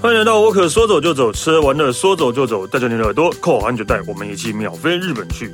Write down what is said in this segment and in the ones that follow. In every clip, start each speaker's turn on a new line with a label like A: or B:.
A: 欢迎来到我可说走就走，吃喝玩乐说走就走，带着你的耳朵扣好安全带，我们一起秒飞日本去。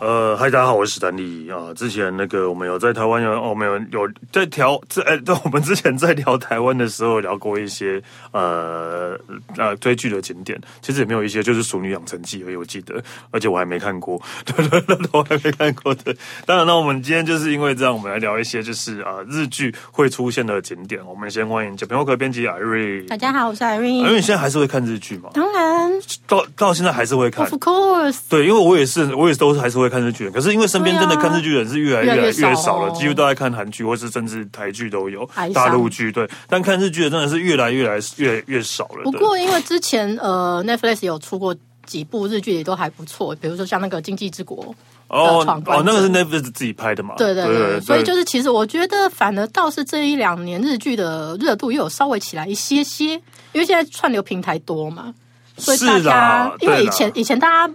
A: 呃，嗨，大家好，我是史丹利啊。之前那个我们有在台湾有，哦，我们有有在聊，在呃，对，我们之前在聊台湾的时候聊过一些呃呃追剧的景点，其实也没有一些，就是《熟女养成记》而已，我记得，而且我还没看过， 对对对，我还没看过对，当然了，我们今天就是因为这样，我们来聊一些就是啊、呃日剧会出现的景点。我们先欢迎九平后可编辑艾瑞，
B: 大家好，我是
A: 艾瑞，
B: Irene。
A: 啊你现在还是会看日剧吗？
B: 当然
A: 到到现在还是会看
B: ，Of。course，
A: 对，因为我也是，我也都是还是会看日剧的，可是因为身边真的看日剧的人是越来越
B: 对
A: 来
B: 啊
A: 越来
B: 越
A: 越
B: 来越
A: 少
B: 少
A: 了，
B: 哦
A: 几乎都在看韩剧或是甚至台剧都有
B: 哀，伤
A: 大陆剧对，但看日剧的真的是越来越来越越少了。
B: 不
A: 对
B: 过因为之前呃 Netflix 有出过几部日剧，也都还不错，比如说像那个《经济之国》
A: 哦
B: 的闯关
A: 哦，那个是
B: 者
A: Netflix 自己拍的嘛？
B: 对对对，所以就是是其实我觉得反而倒是这一两年日剧的热度又有稍微起来一些些，因为现在串流平台多嘛，所以大
A: 是啦
B: 家因
A: 对
B: 为以
A: 啦
B: 前以前大家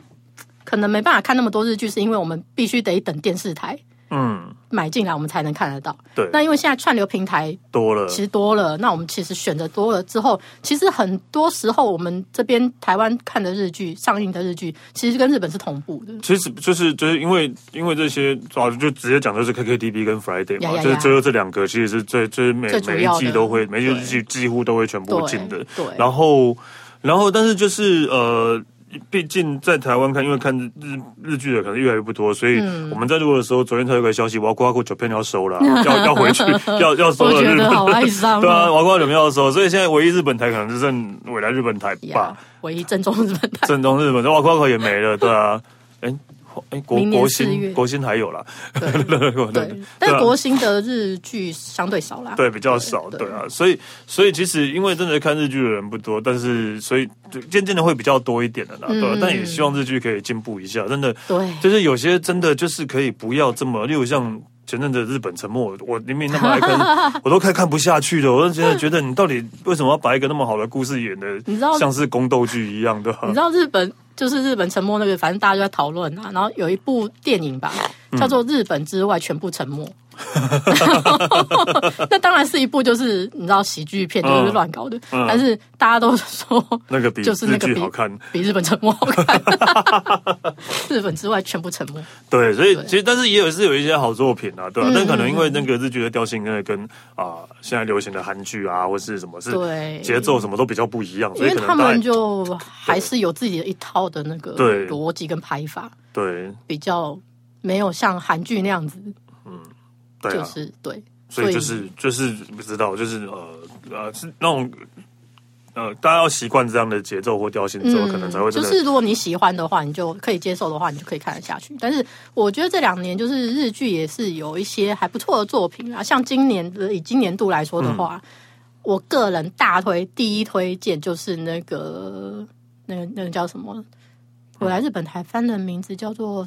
B: 可能没办法看那么多日剧，是因为我们必须得等电视台
A: 嗯
B: 买进来我们才能看得到。
A: 对
B: 那因为现在串流平台
A: 多了
B: 其实多了，那我们其实选择多了之后，其实很多时候我们这边台湾看的日剧上映的日剧，其实跟日本是同步的。
A: 其实就是就是因为因为这些啊，就直接讲就是 KKTV 跟 Friday 嘛，
B: 呀呀呀
A: 就是最后这两个其实是最最每
B: 最主
A: 每一
B: 要的
A: 季都会，每一
B: 对
A: 季几乎都会全部进的。
B: 对对
A: 然后然后但是就是呃。毕竟在台湾看，因为看日日日剧的可能越来越不多，所以
B: 嗯
A: 我们在录的时候，昨天才有一个消息，娃瓜库九片要 收了啊，要要回去，要要收
B: 我
A: 了
B: 觉
A: 日
B: 得
A: 本。
B: 好哀 伤、
A: 对啊，娃瓜九片要收，所以现在唯一日本台可能只剩未来日本台吧
B: 呀。，唯一正宗日本台。
A: 正宗日本，哇，瓜口也没了，对啊，哎、哎，国
B: 明年
A: 国
B: 四
A: 新
B: 月
A: 国新还有啦，
B: 对
A: 对对啊
B: 对，但是国新的日剧相对少啦。
A: 对比较少，
B: 对
A: 对啊，所以所以其实因为真的看日剧的人不多，但是所以就渐渐的会比较多一点的啦，对、啊
B: 嗯
A: 但也希望日剧可以进步一下，真的，
B: 对
A: 就是有些真的就是可以不要这么，例如像。前阵子日本沉没，我明明那么爱 看，我都快看不下去了。我就觉得，觉得你到底为什么要把一个那么好的故事演的
B: 你知道，
A: 像是宫斗剧一样的？
B: 你知道日本就是日本沉默那个，反正大家就在讨论啊。然后有一部电影吧，
A: 嗯
B: 叫做《日本之外全部沉默》， 那当然是一部就是你知道喜剧片，就是乱搞的。
A: 嗯
B: 但是大家都 说
A: 那个比
B: 就是那
A: 日
B: 个
A: 剧
B: 比
A: 好看，
B: 比日本沉默好看，日本之外全部沉默。
A: 对，所以
B: 对嗯
A: 其实但是也有是有一些好作品啊，对啊，但可能因为那个日剧的调性，那个跟啊、现在流行的韩剧啊，或是什么是
B: 对
A: 节奏什么都比较不一样，
B: 因
A: 所以
B: 为
A: 可
B: 他
A: 能大
B: 们
A: 家
B: 就还是有自己的一套的那个
A: 对
B: 逻辑跟拍法，
A: 对
B: 比较没有像韩剧那样子，
A: 对
B: 就
A: 啊，
B: 是对，
A: 所以就是就是不知道，就是呃呃是那种呃大家要习惯这样的节奏或调性之后，可能才会真
B: 嗯就
A: 的、
B: 是如果你喜欢的话，你就可以接受的话，你就可以看得下去。但是我觉得这两年就是日剧也是有一些还不错的作品啊，像今年的以今年度来说
A: 嗯
B: 的话，我个人大推第一推荐就是那个那个那个叫什么？我来日本台翻的名字叫做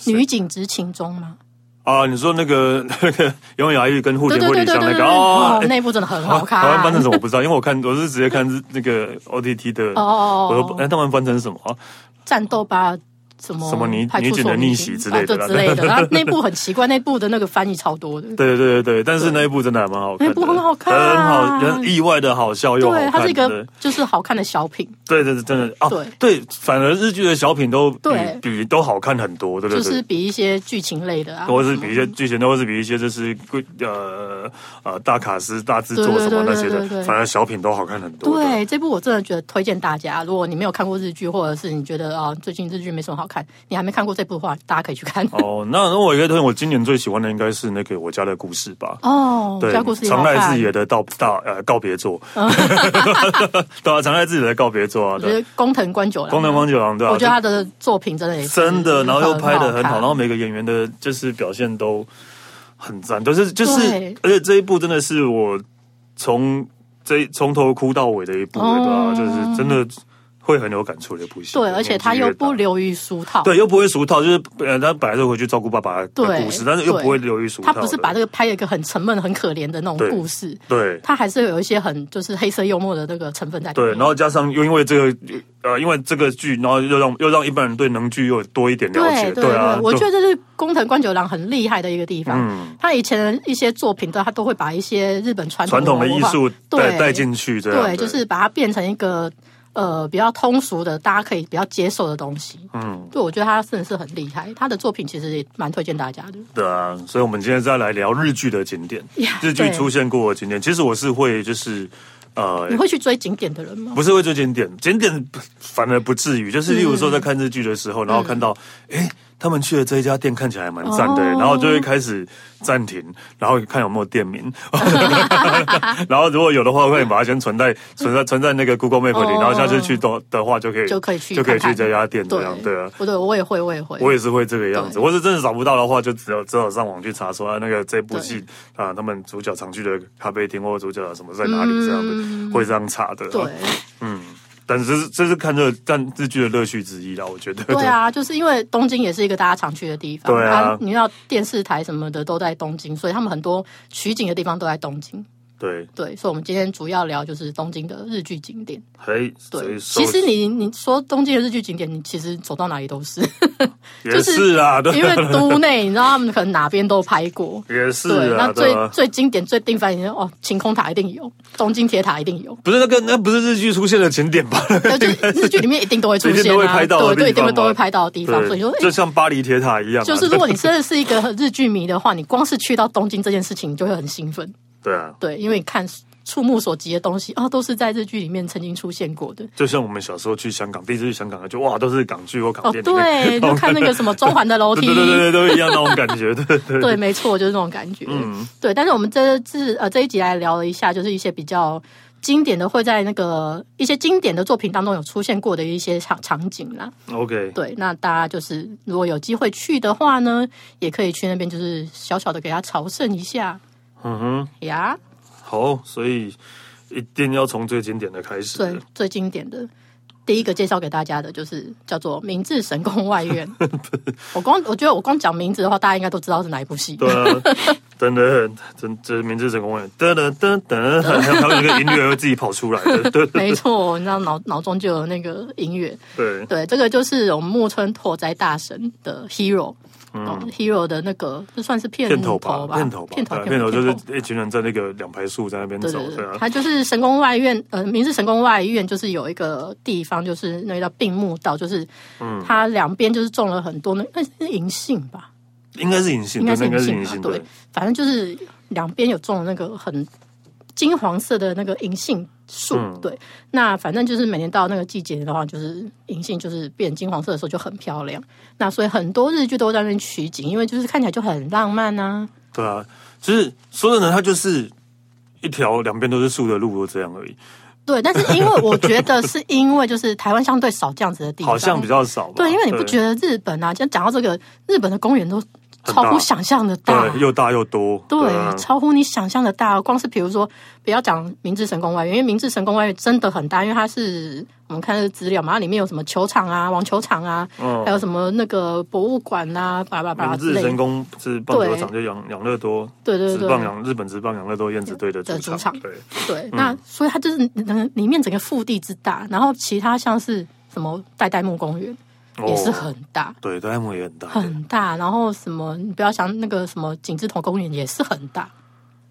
B: 《女警执勤中》吗？
A: 啊，你说那个 那个永野芽郁跟户
B: 对
A: 田
B: 对
A: 惠
B: 对
A: 梨香那
B: 对对对，
A: 个哦
B: 哦，
A: 哎
B: 那一部真的很好看。
A: 台湾翻成什么我不知道，因为我看我是直接看日那个 OTT 的，
B: 哦哦
A: 我都不
B: 哦
A: 哎他们翻成什么啊、
B: 战斗吧，什么
A: 什么女
B: 派出所
A: 女警的逆袭
B: 女
A: 之
B: 警
A: 类的
B: 啊
A: 啦
B: 对之 类的。然后那部很奇怪，那部的那个翻译超多的。
A: 对对对对，但是那一部真的还蛮好看的，
B: 那一部很好看啊
A: 很好，很意外的好笑又好
B: 对，
A: 看。
B: 它是一
A: 对
B: 个就是好看的小品，
A: 对对对，真的啊，
B: 对
A: 对，反而日剧的小品都比
B: 对
A: 比都好看很多，对对
B: 就
A: 对。
B: 是比一些剧情类的啊，
A: 或是比一些剧情，或是比一些就是贵呃呃大卡司、大制作
B: 对
A: 什
B: 对
A: 么那
B: 对
A: 些
B: 对对
A: 的，
B: 对
A: 反而小品都好看很多。
B: 对，这部我真的觉得推荐大家，如果你没有看过日剧，或者是你觉得啊最近日剧没什么好看，你还没看过这部的话，大家可以去看。
A: 哦，那那我应该推荐我今年最喜欢的应该是那个《我家的故事》吧。
B: 哦，
A: 对
B: 这故事，也
A: 长
B: 好
A: 濑
B: 看
A: 智。也的道大呃告别 作，对啊，长濑智也的告别作啊，
B: 我觉
A: 对，
B: 得宫藤官九郎，
A: 宫藤光九郎对啊，
B: 我觉得他的作品真的也是
A: 真的，然后又拍的很好，
B: 看
A: 然后每个演员的就是表现都很赞，都是就是
B: 对，
A: 而且这一部真的是我从这从头哭到尾的一部，
B: 哦
A: 对吧？就是真的会很有感触的一部戏。
B: 对，而且他又不流于俗套，
A: 对，又不会俗套，就是呃，他本来是回去照顾爸爸的
B: 对
A: 故事，但是又
B: 对
A: 不会流于俗
B: 他
A: 套的。
B: 不是把这个拍一个很沉闷、很可怜的那
A: 对
B: 种故事，
A: 对
B: 他还是有一些很就是黑色幽默的那个成分在里
A: 对，
B: 面。
A: 然后加上又因为这个呃，因为这个剧，然后又让又让一般人对能剧又有多一点了解。
B: 对对
A: 啊，
B: 我
A: 就嗯
B: 觉得这是工藤官九郎很厉害的一个地方。他以前的一些作品都他都会把一些日本传
A: 传统的
B: 文
A: 艺
B: 化
A: 术带
B: 对
A: 带进去，这样
B: 对，就是把它变成一个呃比较通俗的，大家可以比较接受的东西。嗯，对，我觉得他真的是很厉害，他的作品其实也蛮推荐大家的。
A: 对啊，所以我们今天再来聊日剧的景点，日剧
B: 对
A: 出现过的景点。其实我是会就是呃
B: 你，会去追景点的人吗？
A: 不是会追景点，景点反而不至于，
B: 嗯
A: 就是例如说在看日剧的时候，然后看到诶，他们去的这一家店看起来还蛮赞的、
B: 哦
A: 然后就会开始暂停，然后看有没有店 名， 然后如果有的话，会把它先存在存在存在那个 Google Map 里，
B: 哦
A: 然后下次去的的话就可以
B: 就可以去
A: 就可以
B: 看
A: 去
B: 看
A: 这家店这样，对啊。
B: 不对，我也会，我也会。
A: 我也是会这个样子，
B: 对
A: 我是真的找不到的话，就只有只好上网去查说啊，那个这部戏啊，他们主角常去的咖啡厅或者主角什么在哪里这样子，会这样查的。啊
B: 嗯对，
A: 但是这是这是看热但日剧的乐趣之一啦，我觉得。
B: 对啊，就是因为东京也是一个大家常去的地方，
A: 对啊
B: 你知道电视台什么的都在东京，所以他们很多取景的地方都在东京。
A: 对，
B: 对，所以我们今天主要聊就是东京的日剧景点。
A: 嘿，所
B: 对，
A: 以
B: 其
A: 收
B: 实你你说东京的日剧景点，你其实走到哪里都是，
A: 也是啊，对
B: 因为都内你知道他们可能哪边都拍过。
A: 也是啊，
B: 对，那最
A: 对啊
B: 最经典、最定番，你说哦，晴空塔一定有，东京铁塔一定 有，
A: 不是那个那不是日剧出现的景点吧？
B: 对，就是日剧里面一定都会出
A: 一定
B: 现
A: 都会
B: 啊，
A: 拍到的
B: 对，对，
A: 地
B: 一
A: 方
B: 定会
A: 嘛
B: 都会拍到的地方。所以
A: 对
B: 说，，哎
A: 就像巴黎铁塔一样啊，
B: 就是如果你真的是一个日剧迷的话，你光是去到东京这件事情，你就会很兴奋。
A: 对啊，
B: 对，因为你看触目所及的东西啊、都是在日剧里面曾经出现过的。
A: 就像我们小时候去香港，第一次去香港就哇，都是港剧或港
B: 哦，
A: 片里面，
B: 对，就看那个什么中环的楼
A: 对
B: 梯，
A: 对对对，对都一样那种感觉，对对
B: 对，没错，就是那种感觉。嗯，对。但是我们这次呃这一集来聊了一下，就是一些比较经典的，会在那个一些经典的作品当中有出现过的一些场场景啦。
A: ，OK，
B: 对，那大家就是如果有机会去的话呢，也可以去那边，就是小小的给它朝圣一下
A: 嗯哼，
B: 呀。
A: 好，所以一定要从最经典的开始。
B: 最最经典的。第一个介绍给大家的就是叫做《明治神宫外苑》。 我光我觉得我光讲名字的话，大家应该都知道是哪一部戏。
A: 对啊， 等等，真这明治神宫园，噔噔噔噔，还有一个音乐会自己跑出来的，对对
B: 没错，你知道脑脑中就有那个音乐。
A: 对，
B: 对，这个就是我们木村拓哉大神的 Hero，哦，Hero 的那个这算是片
A: 片头吧嗯
B: 吧，，
A: 片头吧，
B: 片头，
A: 对啊片头就是一群人在那个两排树在那边
B: 对
A: 走
B: 对，
A: 对
B: 对，
A: 啊，
B: 它就是神宫外院，呃，明治神宫外院就是有一个地方，就是那个叫病木道，就是
A: 嗯
B: 它两边就是种了很多那那是银杏吧，
A: 应该是隐形，
B: 应
A: 对
B: 该是
A: 那应该
B: 银
A: 是
B: 杏
A: 隐
B: 吧
A: 形，
B: 对
A: 对，，
B: 反正就是两边有种那个很金黄色的那个银杏树，
A: 嗯
B: 对。那反正就是每年到那个季节的话，就是银杏就是变金黄色的时候就很漂亮。那所以很多日剧都在那边取景，因为就是看起来就很浪漫啊。
A: 对啊，就是说真的，它就是一条两边都是树的路，就这样而已，
B: 对，但是因为我觉得是因为就是台湾相对少这样子的地方，
A: 好像比较少吧，
B: 对，因为你不觉得日本啊，就讲到这个日本的公园都超乎想象的大，
A: 对，又大又多，
B: 对，
A: 啊
B: 超乎你想象的大。光是比如说，不要讲明治神宫外苑，因为明治神宫外苑真的很大，因为它是我们看这个资料嘛，它里面有什么球场啊、网球场啊，
A: 嗯
B: 还有什么那个博物馆啊，巴拉巴拉
A: 明
B: 之
A: 治
B: 类
A: 神
B: 的。
A: 宫是棒球场，就养养乐多，
B: 对对
A: 职
B: 对
A: 棒啊养日本职棒养乐多燕子队的
B: 的
A: 主
B: 主
A: 场，
B: 场
A: 对，
B: 对，那所以它就是嗯里面整个腹地之大，然后其他像是什么代代木公园也是
A: 哦
B: 很大。
A: 对，大木也很大，
B: 很大，然后什么？你不要想那个什么景之头公园也是很大，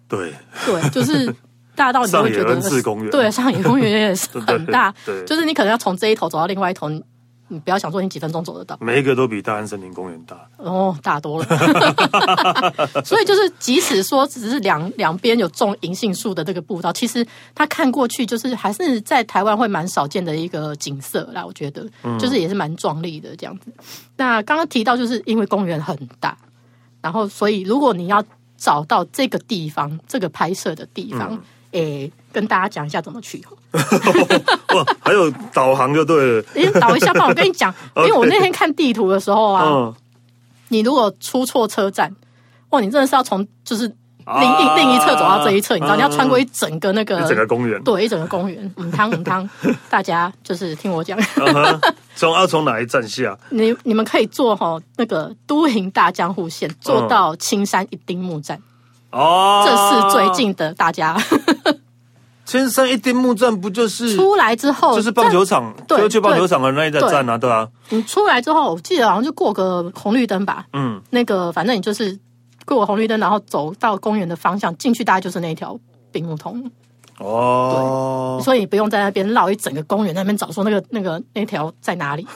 A: 对，
B: 对，就是大到你会觉
A: 上野
B: 得
A: 恩赐公园
B: 对，上野公园也是 很大，
A: 对
B: 就是你可能要从这一头走到另外一头，你你不要想说你几分钟走得到，
A: 每一个都比大安森林公园大，
B: 哦，大多了。 所以就是，即使说只是两两边有种银杏树的这个步道，其实它看过去就是还是在台湾会蛮少见的一个景色啦，我觉得，就是也是蛮壮丽的这样子。那刚刚提到，就是因为公园很大，然后所以如果你要找到这个地方，这个拍摄的地方，诶、跟大家讲一下怎么去好。
A: 哇，还有导航就对了，
B: 诶，倒一下吧，我跟你讲，因为我那天看地图的时候啊，
A: 嗯，
B: 你如果出错车站，哇，你真的是要从就是另一另一侧走到这一侧，你知道你要穿过一整个那
A: 啊一
B: 个
A: 整个公园，
B: 嗯对一整个公园， 嗯汤 嗯汤，大家就是听我讲，
A: 嗯从要从哪一站下？
B: 你你们可以坐哈、那个都营大江户线，坐到青山一丁目站，
A: 哦，
B: 这是最。近的大家
A: 千山一丁目站不就是
B: 出来之后，
A: 就是棒球场，
B: 对
A: 就是去棒球场的那一站站啊，对啊，
B: 这你嗯出来之后，我记得好像就过个红绿灯吧，
A: 嗯，
B: 那个反正你就是过个红绿灯，然后走到公园的方向进去，大概就是那一条。冰木通，
A: 哦，
B: 所以你不用在那边绕一整个公园那边找说那个那个那条在哪 里，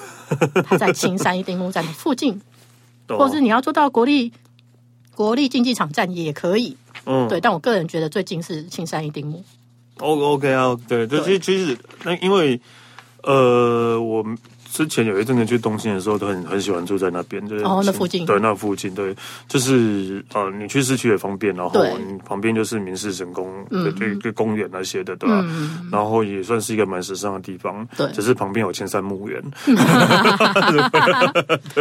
B: 它在青山一丁目站的附近，
A: 懂
B: 或者是你要坐到国立国立竞技场站也可以。
A: 嗯，
B: 对，但我个人觉得最近是青山一丁 目。
A: O OK 啊，对，就其实其实那因为呃，我之前有一阵子去东京的时候，都很很喜欢住在那边，就是
B: 哦那附近
A: 对，那附近对，就是呃，你去市区也方便，然后
B: 对
A: 你旁边就是明治神宫对对对公园那些的，对吧？
B: 嗯，
A: 然后也算是一个蛮时尚的地方，
B: 对
A: 只是旁边有千山墓园，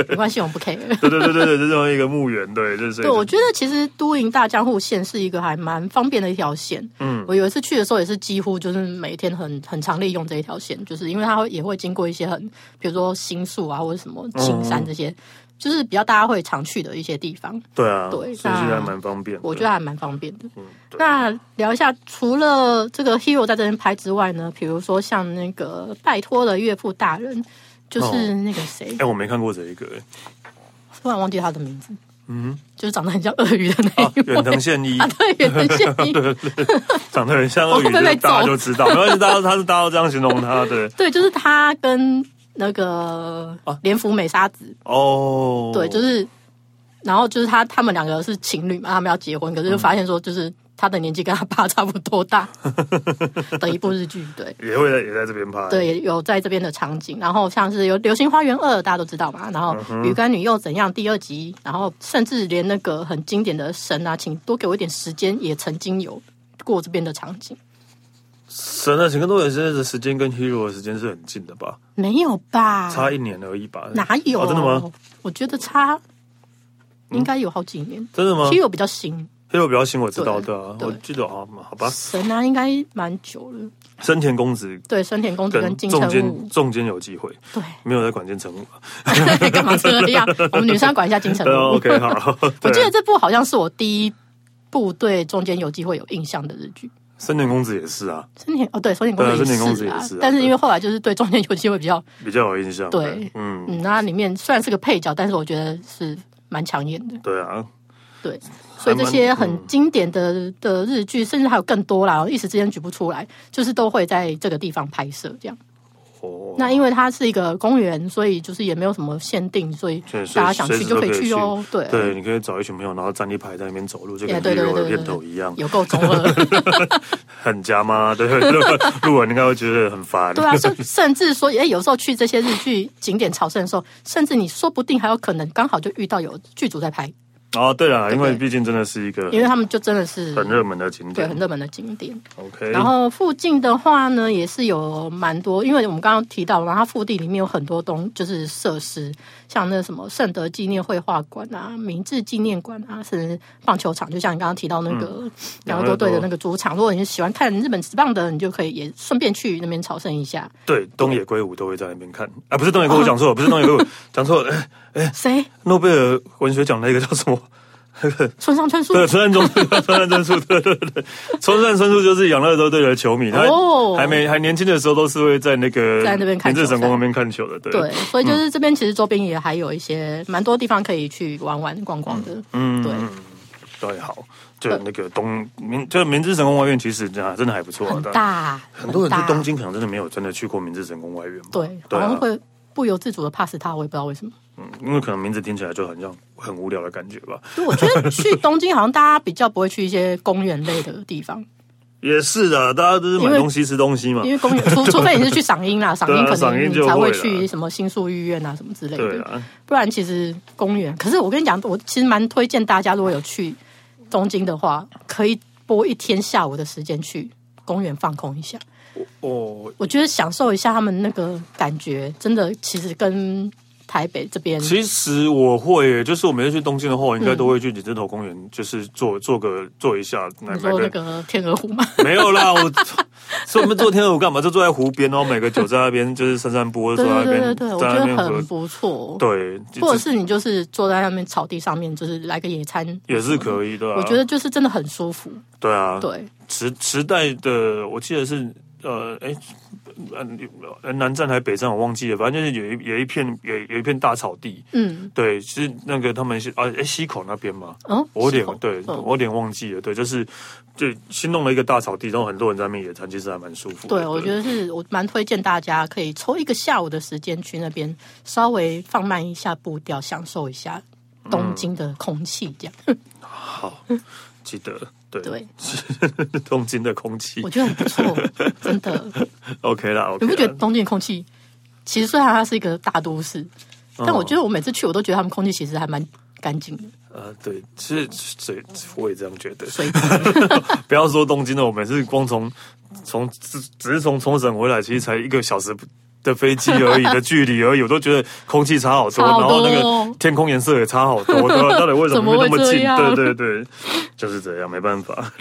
B: 没关系，我们不 care。
A: 对对对对对，就这样一个墓园，对，就是
B: 对，我觉得其实都营大江户线是一个还蛮方便的一条线。嗯，我有一次去的时候也是几乎就是每天很很常利用这一条线，就是因为它会也会经过一些很，比如说新宿啊或者什么青
A: 哦
B: 山这些，就是比较大家会常去的一些地方。
A: 对啊，
B: 对
A: 所以现在
B: 那
A: 蛮方便的，
B: 我觉得还蛮方便的。
A: 啊嗯，对
B: 那聊一下，除了这个 Hero 在这边拍之外呢，比如说像那个拜托的岳父大人，就是那个谁，
A: 哎，我没看过这一个， 哎
B: 突然忘记他的名字，嗯，就是长得很像鳄鱼的那一位，
A: 远藤宪一
B: 哎 啊，对，远藤 宪一，
A: 长得很像鳄鱼，
B: 哦我会被
A: 就大家
B: 揍
A: 就知道，没关系，大家他是大家都这样形容他 的
B: 对，就是他跟那个连福美沙子，
A: 啊哦。
B: 对，就是，然后就是他他们两个是情侣嘛，他们要结婚，可是
A: 嗯
B: 就发现说，就是他的年纪跟他爸差不多大的一部日剧，对。
A: 也会在也在这边拍，，
B: 对，有在这边的场景，然后像是有《流星花园二》，大家都知道嘛，然后
A: 嗯
B: 《鱼干女又怎样》第二集，然后甚至连那个很经典的神啊，请多给我一点时间，也曾经有过这边的场景。
A: 神的请跟多有些的时间跟 Hero 的时间是很近的吧，
B: 没有吧？
A: 差一年而已吧？
B: 啊哪有、
A: 哦真的吗？？嗯
B: 我觉得差应该有好几年。
A: 真的吗
B: Hero 比较新，
A: ？Hero 比较新，我知道
B: 对
A: 的啊，
B: 对
A: 我记得啊，好吧，
B: 神啊应该蛮久了。
A: 森田公子
B: 对，山田公子
A: 跟
B: 跟金
A: 中
B: 城
A: 间
B: 武，
A: 中间有机会，
B: 对，
A: 没有在管建成武。
B: 干嘛这样？我们女生要管一下金城
A: 对啊
B: 武。
A: ，OK，好，
B: 嗯 我记得
A: 对，
B: 这部好像是我第一部对中间有机会有印象的日剧。
A: 森田公子也是啊，
B: 森田哦，对，森田公子
A: 对
B: 也
A: 森田公子
B: 是啊，
A: 也是啊
B: 但是
A: 对
B: 因为后来就是对中间有机会比较，
A: 比较有印象。
B: 对
A: 嗯，
B: 嗯，那里面虽然是个配角，但是我觉得是蛮抢眼的。
A: 对啊，
B: 对，所以这些
A: 嗯
B: 很经典的的日剧，甚至还有更多啦，我一时之间举不出来，就是都会在这个地方拍摄这样。
A: 哦，
B: 那因为它是一个公园，所以就是也没有什么限定，所以
A: 对随
B: 大家想
A: 随
B: 去
A: 时
B: 就
A: 都
B: 可以
A: 可以
B: 去哦。对，哎
A: 对，你可以找一群朋友，然后站立排在那边走路，就跟
B: Yeah，对对
A: Hero
B: 对
A: 的
B: 对
A: 片头一样，
B: 有够中二。
A: 很夹吗？对， 路路人应该会觉得很烦。
B: 对啊，甚甚至说，哎、有时候去这些日剧景点朝圣的时候，甚至你说不定还有可能刚好就遇到有剧组在拍，
A: 哦，对了，因为
B: 对
A: 毕竟真的是一个
B: 因为他们就真的是
A: 很热门的景
B: 对
A: 点
B: 很。热门的景点。
A: OK，
B: 然后附近的话呢，也是有蛮多，因为我们刚刚提到嘛，它腹地里面有很多东，就是设施，像那什么圣德纪念绘画馆啊、明治纪念馆啊，甚至棒球场，就像你刚刚提到那
A: 嗯
B: 个两乐多队的那个主场。如果你喜欢看日本职棒的，你就可以也顺便去那边朝圣 一下。
A: 对东野圭吾都会在那边看啊，不是东野圭吾讲错了，不是东野圭吾讲错了，哎
B: 谁？
A: 诺贝尔文学奖那个叫什么？
B: 村上春树？
A: 对，村上中村上春树，对对对，村上春树就是养乐多队的球迷，他
B: 哦
A: 还没还年轻的时候都是会在那个
B: 在那边看球
A: 明治神宫那边看球的，对嗯
B: 对，所以就是这边其实周边也还有一些蛮多地方可以去玩玩逛逛的。嗯，对，
A: 对，好，就那个东明，就明治神宫外院，其实啊真的还不错啊，
B: 很
A: 但
B: 大，
A: 很多人
B: 大
A: 去东，京可能真的没有真的去过明治神宫外院吧，
B: 对，
A: 对
B: 好
A: 啊
B: 像会不由自主的 pass 它，我也不知道为什么。
A: 因为可能名字听起来就很像很无聊的感觉吧。
B: 就我觉得去东京好像大家比较不会去一些公园类的地方，
A: 也是的，大家都是
B: 因
A: 买
B: 为
A: 东西吃东西嘛
B: 因。为公园除除非你是去赏樱啦，赏樱
A: 对啊
B: 可
A: 赏
B: 能
A: 樱
B: 你
A: 就
B: 才
A: 会
B: 会
A: 啦
B: 去什么新宿御苑啊什么之类
A: 对
B: 的，
A: 啊，
B: 不然其实公园。可是我跟你讲，我其实蛮推荐大家，如果有去东京的话，可以拨一天下午的时间去公园放空一下。
A: 哦，
B: 我觉得享受一下他们那个感觉，真的其实跟台北这边？
A: 其实我会，就是我每次去东京的话，我应该都会去景之头公园，就是坐坐个坐一下，买
B: 你
A: 买
B: 说嗯那
A: 个
B: 个天鹅湖吗？
A: 没有啦，我所以我们坐天鹅湖干嘛？就坐在湖边，然后买个酒在那边，就是散散步，或者
B: 对
A: 坐在
B: 对
A: 那
B: 对
A: 边
B: 对对，我
A: 啊在那
B: 觉得
A: 边喝
B: 很，不错。
A: 对，
B: 或
A: 就
B: 者
A: 是
B: 你就是坐在那边草地上面，就是来个野餐，
A: 也是可以的啊。
B: 我觉得就是真的很舒服。
A: 对啊，
B: 对，
A: 时时代的，我记得是呃，哎、呃南站还是北站，我忘记了，反正就是有一有一片有有一片大草地，
B: 嗯，
A: 对，是那个他们是啊，哎、西口那边嘛，
B: 哦，
A: 我有
B: 是哦
A: 点对，
B: 嗯
A: 我有点忘记了，对，就是就新弄了一个大草地，然后很多人在那边野餐，其实还蛮舒服的。
B: 对，我觉得是我蛮推荐大家可以抽一个下午的时间去那边稍微放慢一下步调，享受一下东京的空气，这样。
A: 好，记得对
B: 嗯对，
A: 东京的空气
B: 我觉得很 不错，真的。
A: ，OK 啦，OK 啦。
B: 你不觉得东京的空气，其实虽然它是一个大都市，
A: 嗯
B: 但我觉得我每次去，我都觉得他们空气其实还蛮干净的。
A: 呃，对，其实水我也这样觉得。
B: 所以，
A: 不要说东京了，我每次光从从只只是从冲绳回来，其实才一个小时的飞机而已的距离而已，我都觉得空气差好多，
B: 差好
A: 然后
B: 多
A: 那个天空颜色也差好多，对 吧？到底为什么会那么近？
B: 怎么会这样
A: 对对对，就是这样，没办法。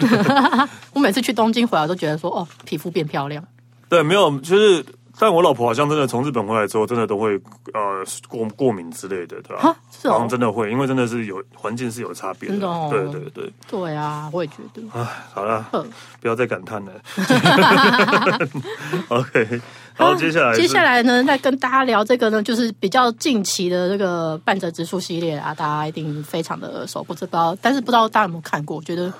B: 我每次去东京回来，我都觉得说，哦，皮肤变漂亮。
A: 对，没有，就是。但我老婆好像真的从日本回来之后，真的都会呃过过敏之类的，对吧
B: 哈？是哦
A: 好像真的会，因为真的是有环境是有差别的。
B: 真的哦
A: 对对对，
B: 对啊，我也觉得。
A: 唉，好了，
B: 嗯
A: 不要再感叹了。OK，然后接下来是、
B: 啊接下来呢，再跟大家聊这个呢，就是比较近期的这个半泽直树系列啊，大家一定非常的耳熟，不知道，但是不知道大家有没有看过？我觉得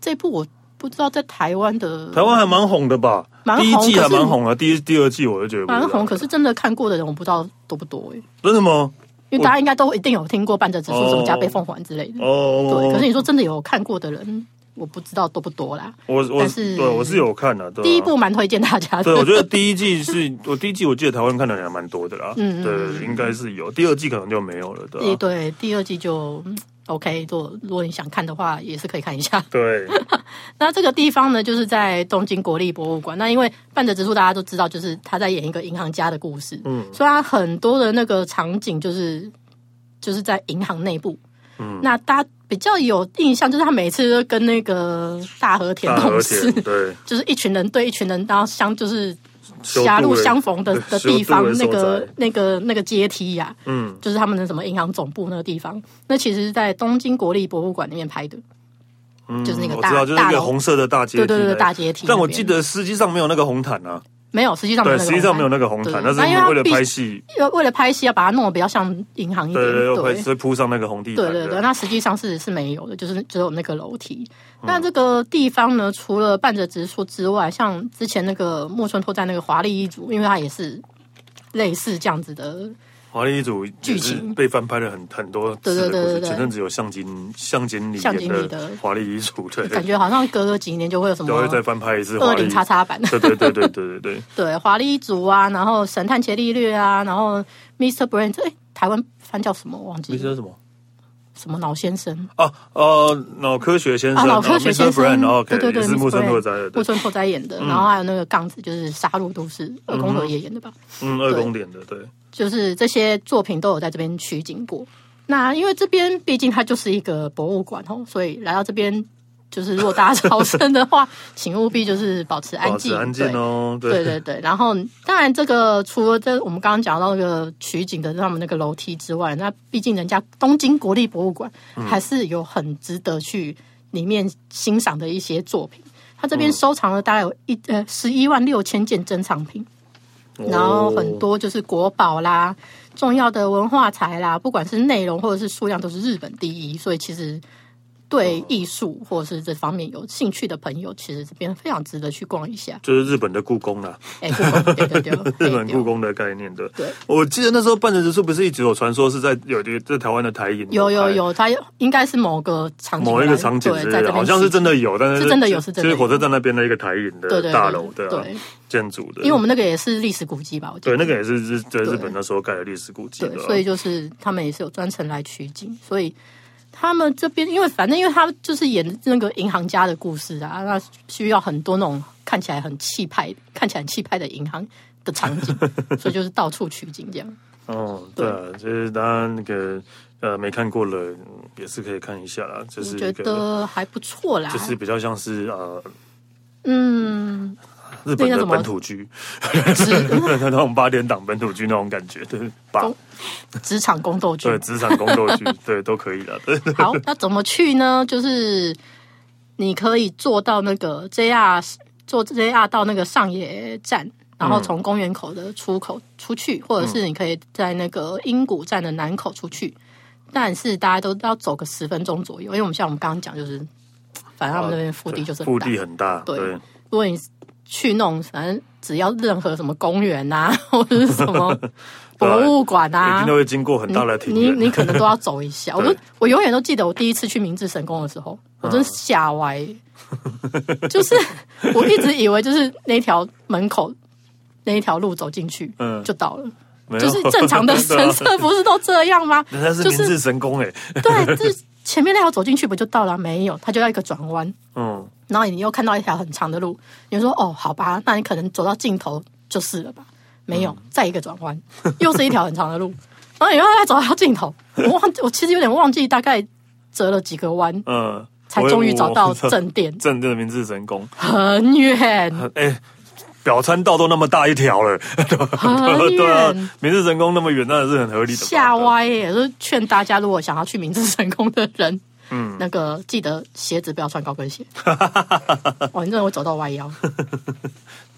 B: 这部我不知道在台湾的
A: 台湾还蛮红的吧？
B: 蛮红
A: 第一季还
B: 可是
A: 蛮红啊，第一第二季我就觉得不知道
B: 蛮红，可是真的看过的人我不知道多不多哎、
A: 真的吗？
B: 因为大家应该都一定有听过半泽直树
A: 哦
B: 什么加倍奉还之类的，
A: 哦，
B: 对。可是你说真的有看过的人，我不知道多不多啦。
A: 我我
B: 但是
A: 对我是有看的、对啊
B: 第一。部蛮推荐大家的，
A: 对，我觉 得第一季是 我第一季，我记得台湾看的人还蛮多的啦。嗯，对，应该是有。第二季可能就没有了，对啊
B: 第
A: 吧、
B: 对第二季就嗯 OK，如果如果你想看的话，也是可以看一下。
A: 对，
B: 那这个地方呢，就是在东京国立博物馆。那因为半泽直树大家都知道，就是他在演一个银行家的故事，嗯，所以他很多的那个场景就是就是在银行内部，嗯，那大家比较有印象，就是他每次都跟那个大和田
A: 大
B: 同
A: 和
B: 事
A: 田，对，
B: 就是一群人对一群人，然后相就是狭路相逢的的地方，那
A: 修杜的所
B: 个
A: 在
B: 那个那个阶梯呀、
A: 嗯，
B: 就是他们的什么银行总部那个地方，那其实是在东京国立博物馆里面拍的，
A: 嗯
B: 就是那个
A: 我
B: 大
A: 知道，就是那
B: 大
A: 个
B: 楼
A: 红色的大阶梯，
B: 对对对对大阶梯那边。
A: 但我记得实际上没有那个红毯啊，
B: 没有，实际上没有
A: 对，
B: 那
A: 实
B: 个
A: 际上没有
B: 红
A: 那个红
B: 对
A: 毯，那是
B: 那因为它
A: 为了
B: 必须
A: 拍戏，
B: 毯，因为为了拍戏要把它弄得比较像银行一点，
A: 对对对，
B: 对
A: 拍所以铺上那个红地
B: 对
A: 毯
B: 对对，
A: 的。
B: 那实际上是是没有的，就是只有那个楼梯。
A: 嗯
B: 那这个地方呢，除了半泽直树之外，像之前那个木村拓哉那个华丽一族，因为它也是类似这样子的，
A: 华丽一组
B: 剧
A: 也是
B: 情
A: 被翻拍了很很多
B: 对
A: 次的
B: 对对
A: 故事，
B: 对对
A: 前阵子有向井向井里
B: 向井
A: 演
B: 理
A: 的
B: 的
A: 华丽一组，对，
B: 感觉好像隔个几年就会有什
A: 都
B: 么
A: 会再翻拍一次华
B: 二
A: 丽
B: 零。叉叉版，
A: 对对对对对对对，
B: 对，华丽一族啊，然后神探伽利略啊，然后 Mr. Brain，哎，台湾翻叫什么我忘记
A: 你
B: 了，
A: 说什么？
B: 什么老先生。
A: 啊，呃，脑科学先
B: 啊，
A: 生，哦
B: 脑科学先生，
A: ，OK，
B: 对对对，
A: 也是木村拓哉
B: Brain，
A: 的，
B: 木
A: 对嗯
B: 村拓哉演的，然后还有那个杠子，就是杀戮都市，二宫和也演的吧，
A: 嗯，二宫点的，对，
B: 就是这些作品都有在这边取景过。那因为这边毕竟它就是一个博物馆哦，所以来到这边，就是如果大家 朝圣的话，请务必就是保持安
A: 保
B: 静，
A: 持安静
B: 对
A: 哦，
B: 对对对，然后当然这个除了这我们刚刚讲到那个取景的他们那个楼梯之外，那毕竟人家东京国立博物馆还是有很值得去里面欣赏的一些作品。他这边收藏了大概有一呃十一万六千件珍藏品，
A: 哦
B: 然后很多就是国宝啦、重要的文化财啦，不管是内容或者是数量都是日本第一，所以其实对艺术或者是这方面有兴趣的朋友，其实这边非常值得去逛一下。
A: 就是日本的故宫啦，
B: 哎，故宫，对对对，
A: 日
B: 对
A: 本故
B: 哎对
A: 宫的概念的。
B: 对，
A: 我记得那时候半泽直树不是一直有传说是在有这在台湾的台影
B: 有有
A: 拍
B: 有，它应该是某个场景来，
A: 某一个场景
B: 对
A: 之，
B: 在
A: 类
B: 这
A: 的，
B: 边
A: 好像是真的有，但是
B: 是真的有是真的
A: 就
B: 有
A: 是火车站那边的一个台影
B: 对
A: 的
B: 对
A: 大楼
B: 对
A: 的啊
B: 对，
A: 建筑的，
B: 因为我们那个也是历史古迹吧，我记
A: 对
B: 得
A: 那个也是日在
B: 对
A: 日本那时候盖的历史古迹的
B: 对，
A: 啊，
B: 所以就是他们也是有专程来取景，所以。他们这边，因为反正因为他就是演那个银行家的故事啊，那需要很多那种看起来很气派、看起来很气派的银行的 场景，所以就是到处取景这样。
A: 哦，对啊，就是当然那个呃没看过了，嗯也是可以看一下啦。就
B: 我
A: 是
B: 觉
A: 一个，
B: 得还不错啦，
A: 就是比较像是呃
B: 嗯，
A: 日本
B: 那
A: 的
B: 种
A: 本土剧，
B: 职
A: 那种八点档本土剧那种感觉，对吧？
B: 工职场宫斗剧
A: 对，职场宫斗剧，对，都可以的。对
B: 好，那怎么去呢？就是你可以坐到那个 JR，坐 JR 到那个上野站，然
A: 嗯
B: 后从公园口的出口出去，或者是你可以在那个英谷站的南口出去。但是大家都要走个十分钟左右，因为我们像我们刚刚讲，就是反正他们那边腹地就是很
A: 哦腹
B: 大。
A: 地很大，
B: 对
A: 对，
B: 如果你去那种反正只要任何什么公园啊， 或者是什 么博物馆
A: 一
B: 啊
A: 定都，会啊经过很大的庭
B: 你你
A: 院。
B: 可能都要走 一下。我
A: 对嗯
B: 都我永远都记得我第一次去明治神宫的时候，我真是吓歪，就是我一直以为就是那条门口那一条路走进去，
A: 嗯
B: 就到了。
A: 没有
B: 就是 正常的神社不是都这样吗？
A: 人家是
B: 就
A: 明治神宫哎，
B: 对，就是前面那条走进去不就到了？啊没有，它就要一个转弯，
A: 嗯，
B: 然后你又看到一条很长的路，你就说哦，好吧，那你可能走到尽头就是了吧？没有，
A: 嗯
B: 再一个转 弯，又是一条很长的路，然后你又再走到尽头，我忘，我其实有点忘记大概折了几个弯，
A: 嗯，
B: 才
A: 我
B: 终于找到
A: 我，
B: 正殿
A: 正正的明治神宫。
B: 很远，
A: 哎、表参道都那么大一条了，
B: 很
A: 对啊
B: 远，，
A: 明治神宫那么远，当然是很合理的吧。啊
B: 吓歪耶！就是劝大家，如果想要去明治神宫的人。嗯，那个记得鞋子不要穿高 跟鞋，哇，你真的会走到歪腰。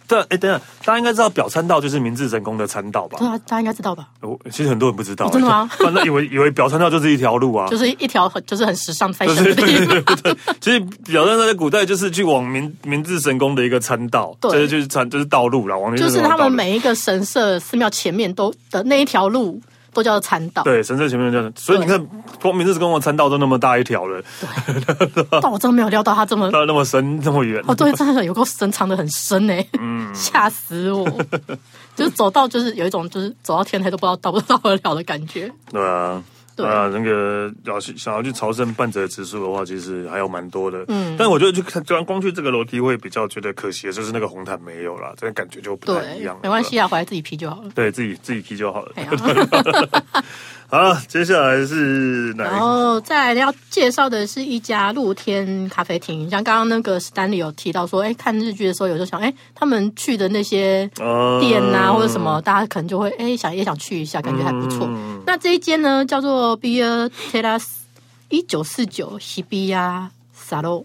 A: 对，哎、等一下，大家应该知道表参道就是明治神宫的参道吧
B: 对？啊，大家应该知道吧？
A: 我其实很多人不知道、
B: 哦真的吗
A: 反正以为以为表参道就是一条路啊。
B: 就是一条很就是很时尚
A: 就
B: fashion
A: 是
B: 的地
A: 对
B: 方。
A: 对对，其实表参道在古代就是去往明明治神宫的一个参道，
B: 对
A: 就是就是参就是道路啦，往明治
B: 就是
A: 神宫的
B: 他
A: 道
B: 们
A: 路
B: 每一个神社寺庙前面都的那一条路都叫做参道，
A: 对神社前面这样，所以你看光明治神宫的参道都那么大一条了，
B: 但我真的没有料到它这么。
A: 那那么深那么远，
B: 哦，对，真的有够深，藏的很深呢、
A: 嗯
B: 吓 死我！就是走到，就是有一种就是走到天黑都不知道到不到得了的感觉。
A: 对啊。
B: 对
A: 啊，那个要去想要去朝圣半泽直树的话，其实还有蛮多的。嗯，但我觉得就看光光去这个楼梯会比较觉得可惜，的就是那个红毯没有啦，这个感觉就不太一
B: 对
A: 样。，
B: 没关，系啊，回来自己批 就好了。
A: 对自己自己踢就好了。
B: 哎呀
A: 好了，接下来是哪
B: 然
A: 一个？
B: 后再来要介绍的是一家露天咖啡厅，像刚刚那个 Stanley 有提到说，哎，看日剧的时候有时候想，哎，他们去的那些
A: 呃
B: 店啊，或者什么，大家可能就会哎、想也想去一下，感觉还不错。
A: 嗯
B: 那这一间呢叫做 Beer Terrace 一九四九西比亚沙漏，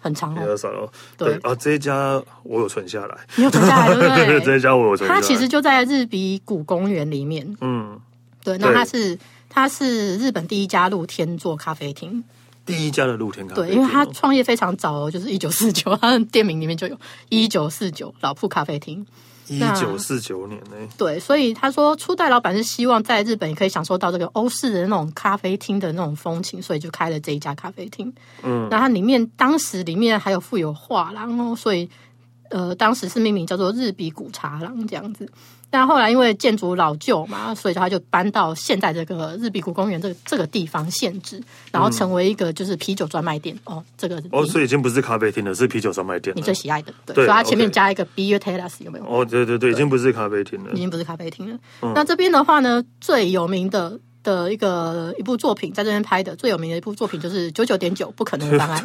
B: 很长
A: 比
B: 哦
A: 较，少咯。对
B: 对
A: 啊，这一家我有存下来，
B: 你有存下 来对不
A: 这
B: 对？
A: 一家我有存下
B: 它
A: 来。
B: 其实就在日比谷公园里面，
A: 嗯，
B: 对，那它
A: 对
B: 是它是日本第一家露天做咖啡厅，
A: 第一家的露天咖啡
B: 啊对，
A: 店哦，
B: 因为它创业非常早哦，就是一九四九，它的店名里面就有一九四九老铺咖啡厅，
A: 一九四九年呢、
B: 对，所以他说初代老板是希望在日本也可以享受到这个欧式的那种咖啡厅的那种风情，所以就开了这一家咖啡厅。
A: 嗯，
B: 那它里面当时里面还有附有画廊哦，所以呃当时是命名叫做日比谷茶廊这样子。但后来因为建筑老旧嘛，所以他就搬到现在这个日比谷公园这这个地方限制，然后成为一个就是啤酒专卖店哦，这个
A: 嗯哦，
B: 你
A: 所以已经不是咖啡厅了，是啤酒专卖店
B: 你
A: 了。
B: 最喜爱的，对，
A: 对
B: 所以它前面
A: OK
B: 加一个 Beer Terrace 有没有？
A: 哦，对对对，已经嗯不是咖啡厅了
B: 已。经不是咖啡厅了。那这边的话呢，最有名的的一个一部作品，在这边拍的最有名的一部作品就是《九九点九不可能的 方案》。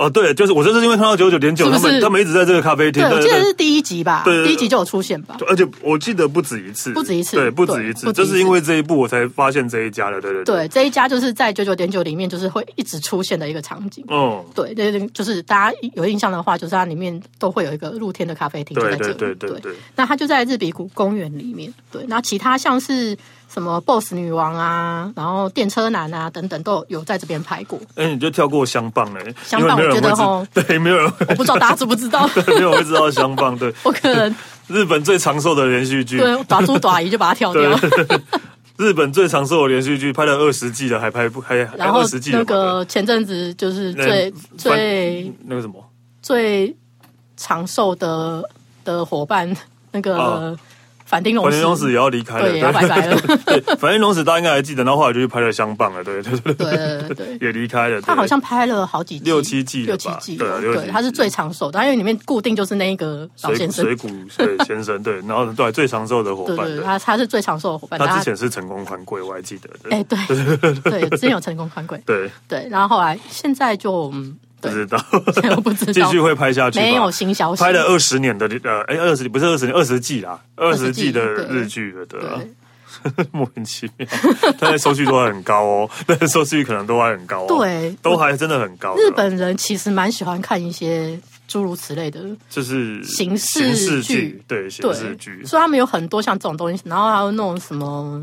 A: 哦，对，就是我就是因为看到九九点九，
B: 是不
A: 他
B: 是
A: 们他们一直在这个咖啡厅
B: 对，，我
A: 对
B: 记得
A: 对
B: 是第一集吧，
A: 对对对
B: 第一集就有出现吧。
A: 对而且我记得不止一次，
B: 不止一次
A: 对，不止
B: 对
A: 一次，
B: 不止
A: 就
B: 一
A: 是因为这一部我才发现这一家的，对对对，
B: 对，这一家就是在九九点九里面，就是会一直出现的一个场景。
A: 哦，
B: 对，对对，就是大家有印象的话，就是它里面都会有一个露天的咖啡厅，就
A: 对
B: 在这
A: 对
B: 里。
A: 对对对，
B: 那它就在日比谷公园里面。对，那其他像是什么 BOSS 女王啊，然后电车男啊等等，都有在这边拍过。
A: 哎，你就跳过香棒了，
B: 香
A: 因为
B: 棒
A: 没有人
B: 我觉得
A: 会
B: 吼
A: 知， 对，没有人会，
B: 我不知道大家知不知 道，
A: 没有人会知道香棒，对，
B: 我可能
A: 日本最长寿的连续剧，
B: 对，打猪打姨就把它跳掉。
A: 日本最长寿的连续剧拍了二十季的，还拍不还还
B: 然后
A: 二十季的
B: 那
A: 嘛
B: 个前阵子就是
A: 那翻
B: 最
A: 嗯
B: 最
A: 那个什么
B: 最长寿的的伙伴那
A: 哦
B: 个反町隆
A: 反田龙
B: 史
A: 史也要离开了，
B: 对要拜拜 了，
A: 对，反正龙史大家应该还记得，然后后来就去拍了《相棒》了，对对对对，
B: 对对对对。
A: 也离开了。
B: 他
A: 对
B: 好像拍了好几季，
A: 六七季了
B: 六
A: 吧
B: 七季
A: 对啊
B: 了，
A: 六七
B: 对，他是最长寿的，因为里面固定就是那一个老
A: 水
B: 先
A: 谷
B: 生，
A: 水谷 对先生对，然后对最长寿的伙
B: 对
A: 伴，
B: 对，
A: 对
B: 对他他是最长寿的伙伴。
A: 他
B: 大
A: 之
B: 家
A: 前是成功宽贵，我还记得，
B: 哎，
A: 对
B: 对 对，之前有成功宽贵，
A: 对，
B: 对，然后后来现在就嗯，
A: 不
B: 对，
A: 知道
B: 我 不知
A: 继
B: 道，
A: 续会拍下去吧，
B: 没有新消息，
A: 拍了二十年的呃，哎，二十不是二十年，二十季啦，二十
B: 20
A: 季
B: 季
A: 的
B: 对
A: 日剧了，对啊
B: 对，
A: 莫名其妙，但是收视率都还很高哦，但是收视率可能都还很高哦，
B: 对
A: 都还真的很高的。
B: 日本人其实蛮喜欢看一些诸如此类的，
A: 就是
B: 刑事
A: 形式
B: 剧
A: 剧，对形
B: 对，
A: 式剧，
B: 所以他们有很多像这种东西，然后还有那种什么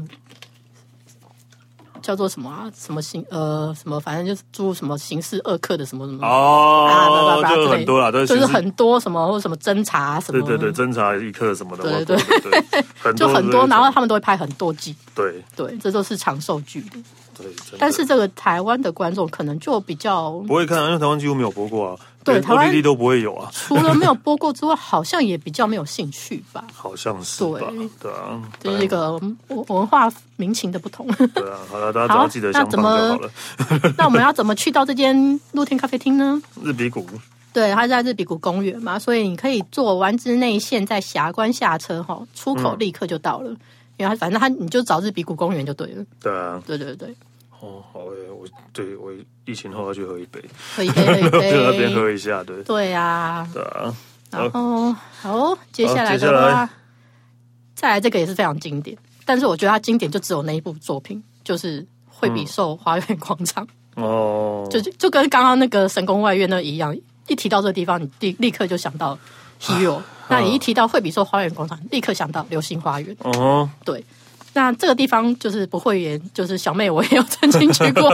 B: 叫做什么啊，什么刑呃什么，反正就是诸如什么刑事二课的什么什么。啊
A: 哦
B: 叭叭，叭
A: 就
B: 之类
A: 很多啦，都是形
B: 就是
A: 式
B: 很多什么或者什么侦查什
A: 对
B: 么，
A: 对对，侦查一刻什么的，
B: 对
A: 我
B: 对
A: 对对，很
B: 就
A: 多
B: 很
A: 这
B: 多，
A: 种
B: 然后他们都会拍很多季，
A: 对
B: 对，这都是长寿剧。
A: 对，真的
B: 但是这个台湾的观众可能就比较，
A: 不会看啊，因为台湾几乎没有播过啊，
B: 对
A: 连
B: 台湾
A: OTT 都不会有啊，
B: 除了没有播过之外，好像也比较没有兴趣吧。
A: 好像是
B: 对
A: 吧？对啊，
B: 这、
A: 反
B: 是
A: 正
B: 一个文文化民情的不同。
A: 对啊，好了，大家只要记得
B: 那
A: 相
B: 怎
A: 棒就
B: 么
A: 好了。
B: 那我们要怎么去到这间露天咖啡厅呢？
A: 日比谷
B: 对，它在日比谷公园嘛，所以你可以坐丸之内线，在峡关下车哈，出口立刻就到了。然后反正它你就找日比谷公园就对了。
A: 对啊，
B: 对对对，
A: 哦，好诶，我对我疫情后要去喝一杯，
B: 喝一杯，
A: 去
B: 喝一
A: 那边
B: 杯。
A: 喝一下，对
B: 对啊，
A: 对啊，
B: 然后好，接下
A: 好
B: 来
A: 接下
B: 的
A: 来
B: 话，再来这个也是非常经典，但是我觉得它经典就只有那一部作品，就是《惠比寿花园广场》
A: 哦，
B: 就就就跟刚刚那个神宫外苑那一样，一提到这个地方，你立立刻就想到 Hero。那
A: 啊
B: 你一提到惠比寿花园广场，立刻想到流星花园。
A: 哦，
B: 对，那这个地方就是不会演，就是小妹我也有曾经去 过。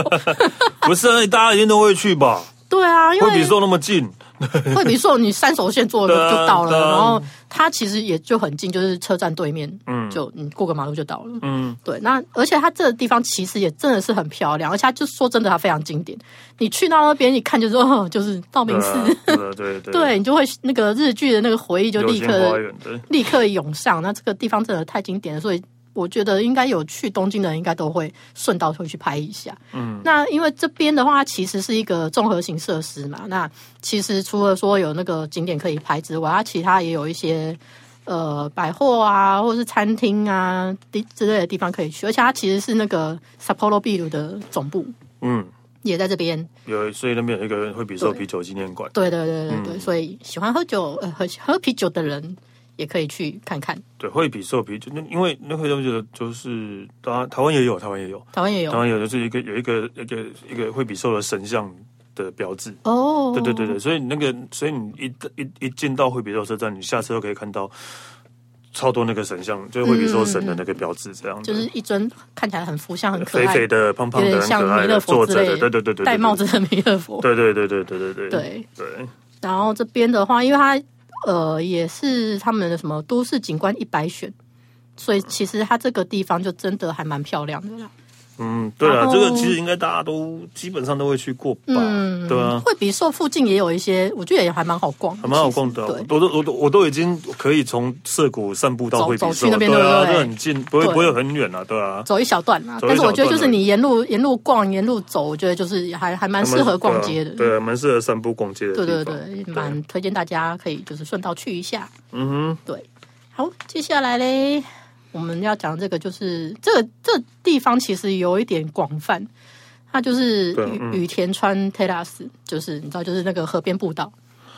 A: 不是啊，大家一定都会去吧？
B: 对啊，因
A: 会比
B: 为
A: 寿那么近，
B: 惠比寿你三手线坐了就 到
A: 对啊对
B: 了，
A: 啊
B: 然后它其实也就很近，就是车站对面，嗯，就你过个马路就到了。
A: 嗯，
B: 对，那而且它这个地方其实也真的是很漂亮，而且它就说真的，它非常经典。你去到那边一看就说，哦，就是道明
A: 对
B: 寺。
A: 啊，对对对，
B: 对你就会那个日剧的那个回忆就
A: 流
B: 立
A: 星花
B: 刻
A: 园，对，
B: 立刻涌上。那这个地方真的太经典了，所以我觉得应该有去东京的人应该都会顺道会去拍一下。嗯，那因为这边的话，它其实是一个综合型设施嘛。那其实除了说有那个景点可以拍之外，它其他也有一些。呃，百货啊，或者是餐厅啊，地之类的地方可以去，而且它其实是那个 Sapporo b i r 的总部
A: 嗯。
B: 也在这边，
A: 有，所以那边有一个会比寿
B: 对
A: 啤酒纪念馆，
B: 对对对
A: 嗯
B: 对对，所以喜欢喝酒呃喝喝啤酒的人也可以去看看，
A: 对，会比寿啤酒，那因为那会啤酒就是，当然台湾也有，台湾也有，
B: 台湾也有
A: 台湾有就是一个有一个一个一个会比寿的神像的标志，
B: 哦，
A: 对对对对，所以那个，所以你一一一进到惠比寿车站，你下车就可以看到超多那个神像，就是惠比寿神的那个标志，这样子
B: 嗯就是一尊看起来很福相很可
A: 肥
B: 爱，
A: 肥的、胖胖
B: 有
A: 的、
B: 点
A: 很
B: 像
A: 可爱
B: 弥
A: 的
B: 勒
A: 坐
B: 佛之
A: 着
B: 类
A: 的，
B: 的，
A: 对对对对，
B: 戴帽子的弥勒佛，
A: 对，对对对对对对对
B: 对。
A: 对，
B: 然后这边的话，因为它呃也是他们的什么都市景观一百选，所以其实它这个地方就真的还蛮漂亮的啦。
A: 嗯，对啊
B: 然，后嗯
A: 这个其实应该大家都基本上都会去过吧，对啊。
B: 惠比寿附近也有一些，我觉得也还蛮好逛的，
A: 还蛮好逛的啊，
B: 其实对。
A: 我都我都我都已经可以从涩谷散步到
B: 走
A: 惠比
B: 走
A: 寿，
B: 去那边
A: 对啊，
B: 对不
A: 这
B: 对
A: 很近，不会
B: 对
A: 不会很远啊，对啊，
B: 走一小段啦，
A: 走一
B: 但是我觉
A: 小
B: 得
A: 段
B: 就是
A: 而已
B: 你沿路沿路逛沿路走，我觉得就是还还蛮适合逛街的。
A: 对啊，对啊蛮适合散步逛街的地
B: 对对
A: 方，
B: 对，蛮推荐大家可以就是顺道去一下。
A: 嗯哼，
B: 对，好，接下来嘞，我们要讲这个就是这个这个地方其实有一点广泛，它就是
A: 对
B: 羽
A: 嗯
B: 羽田川 terrace，就是你知道就是那个河边步道，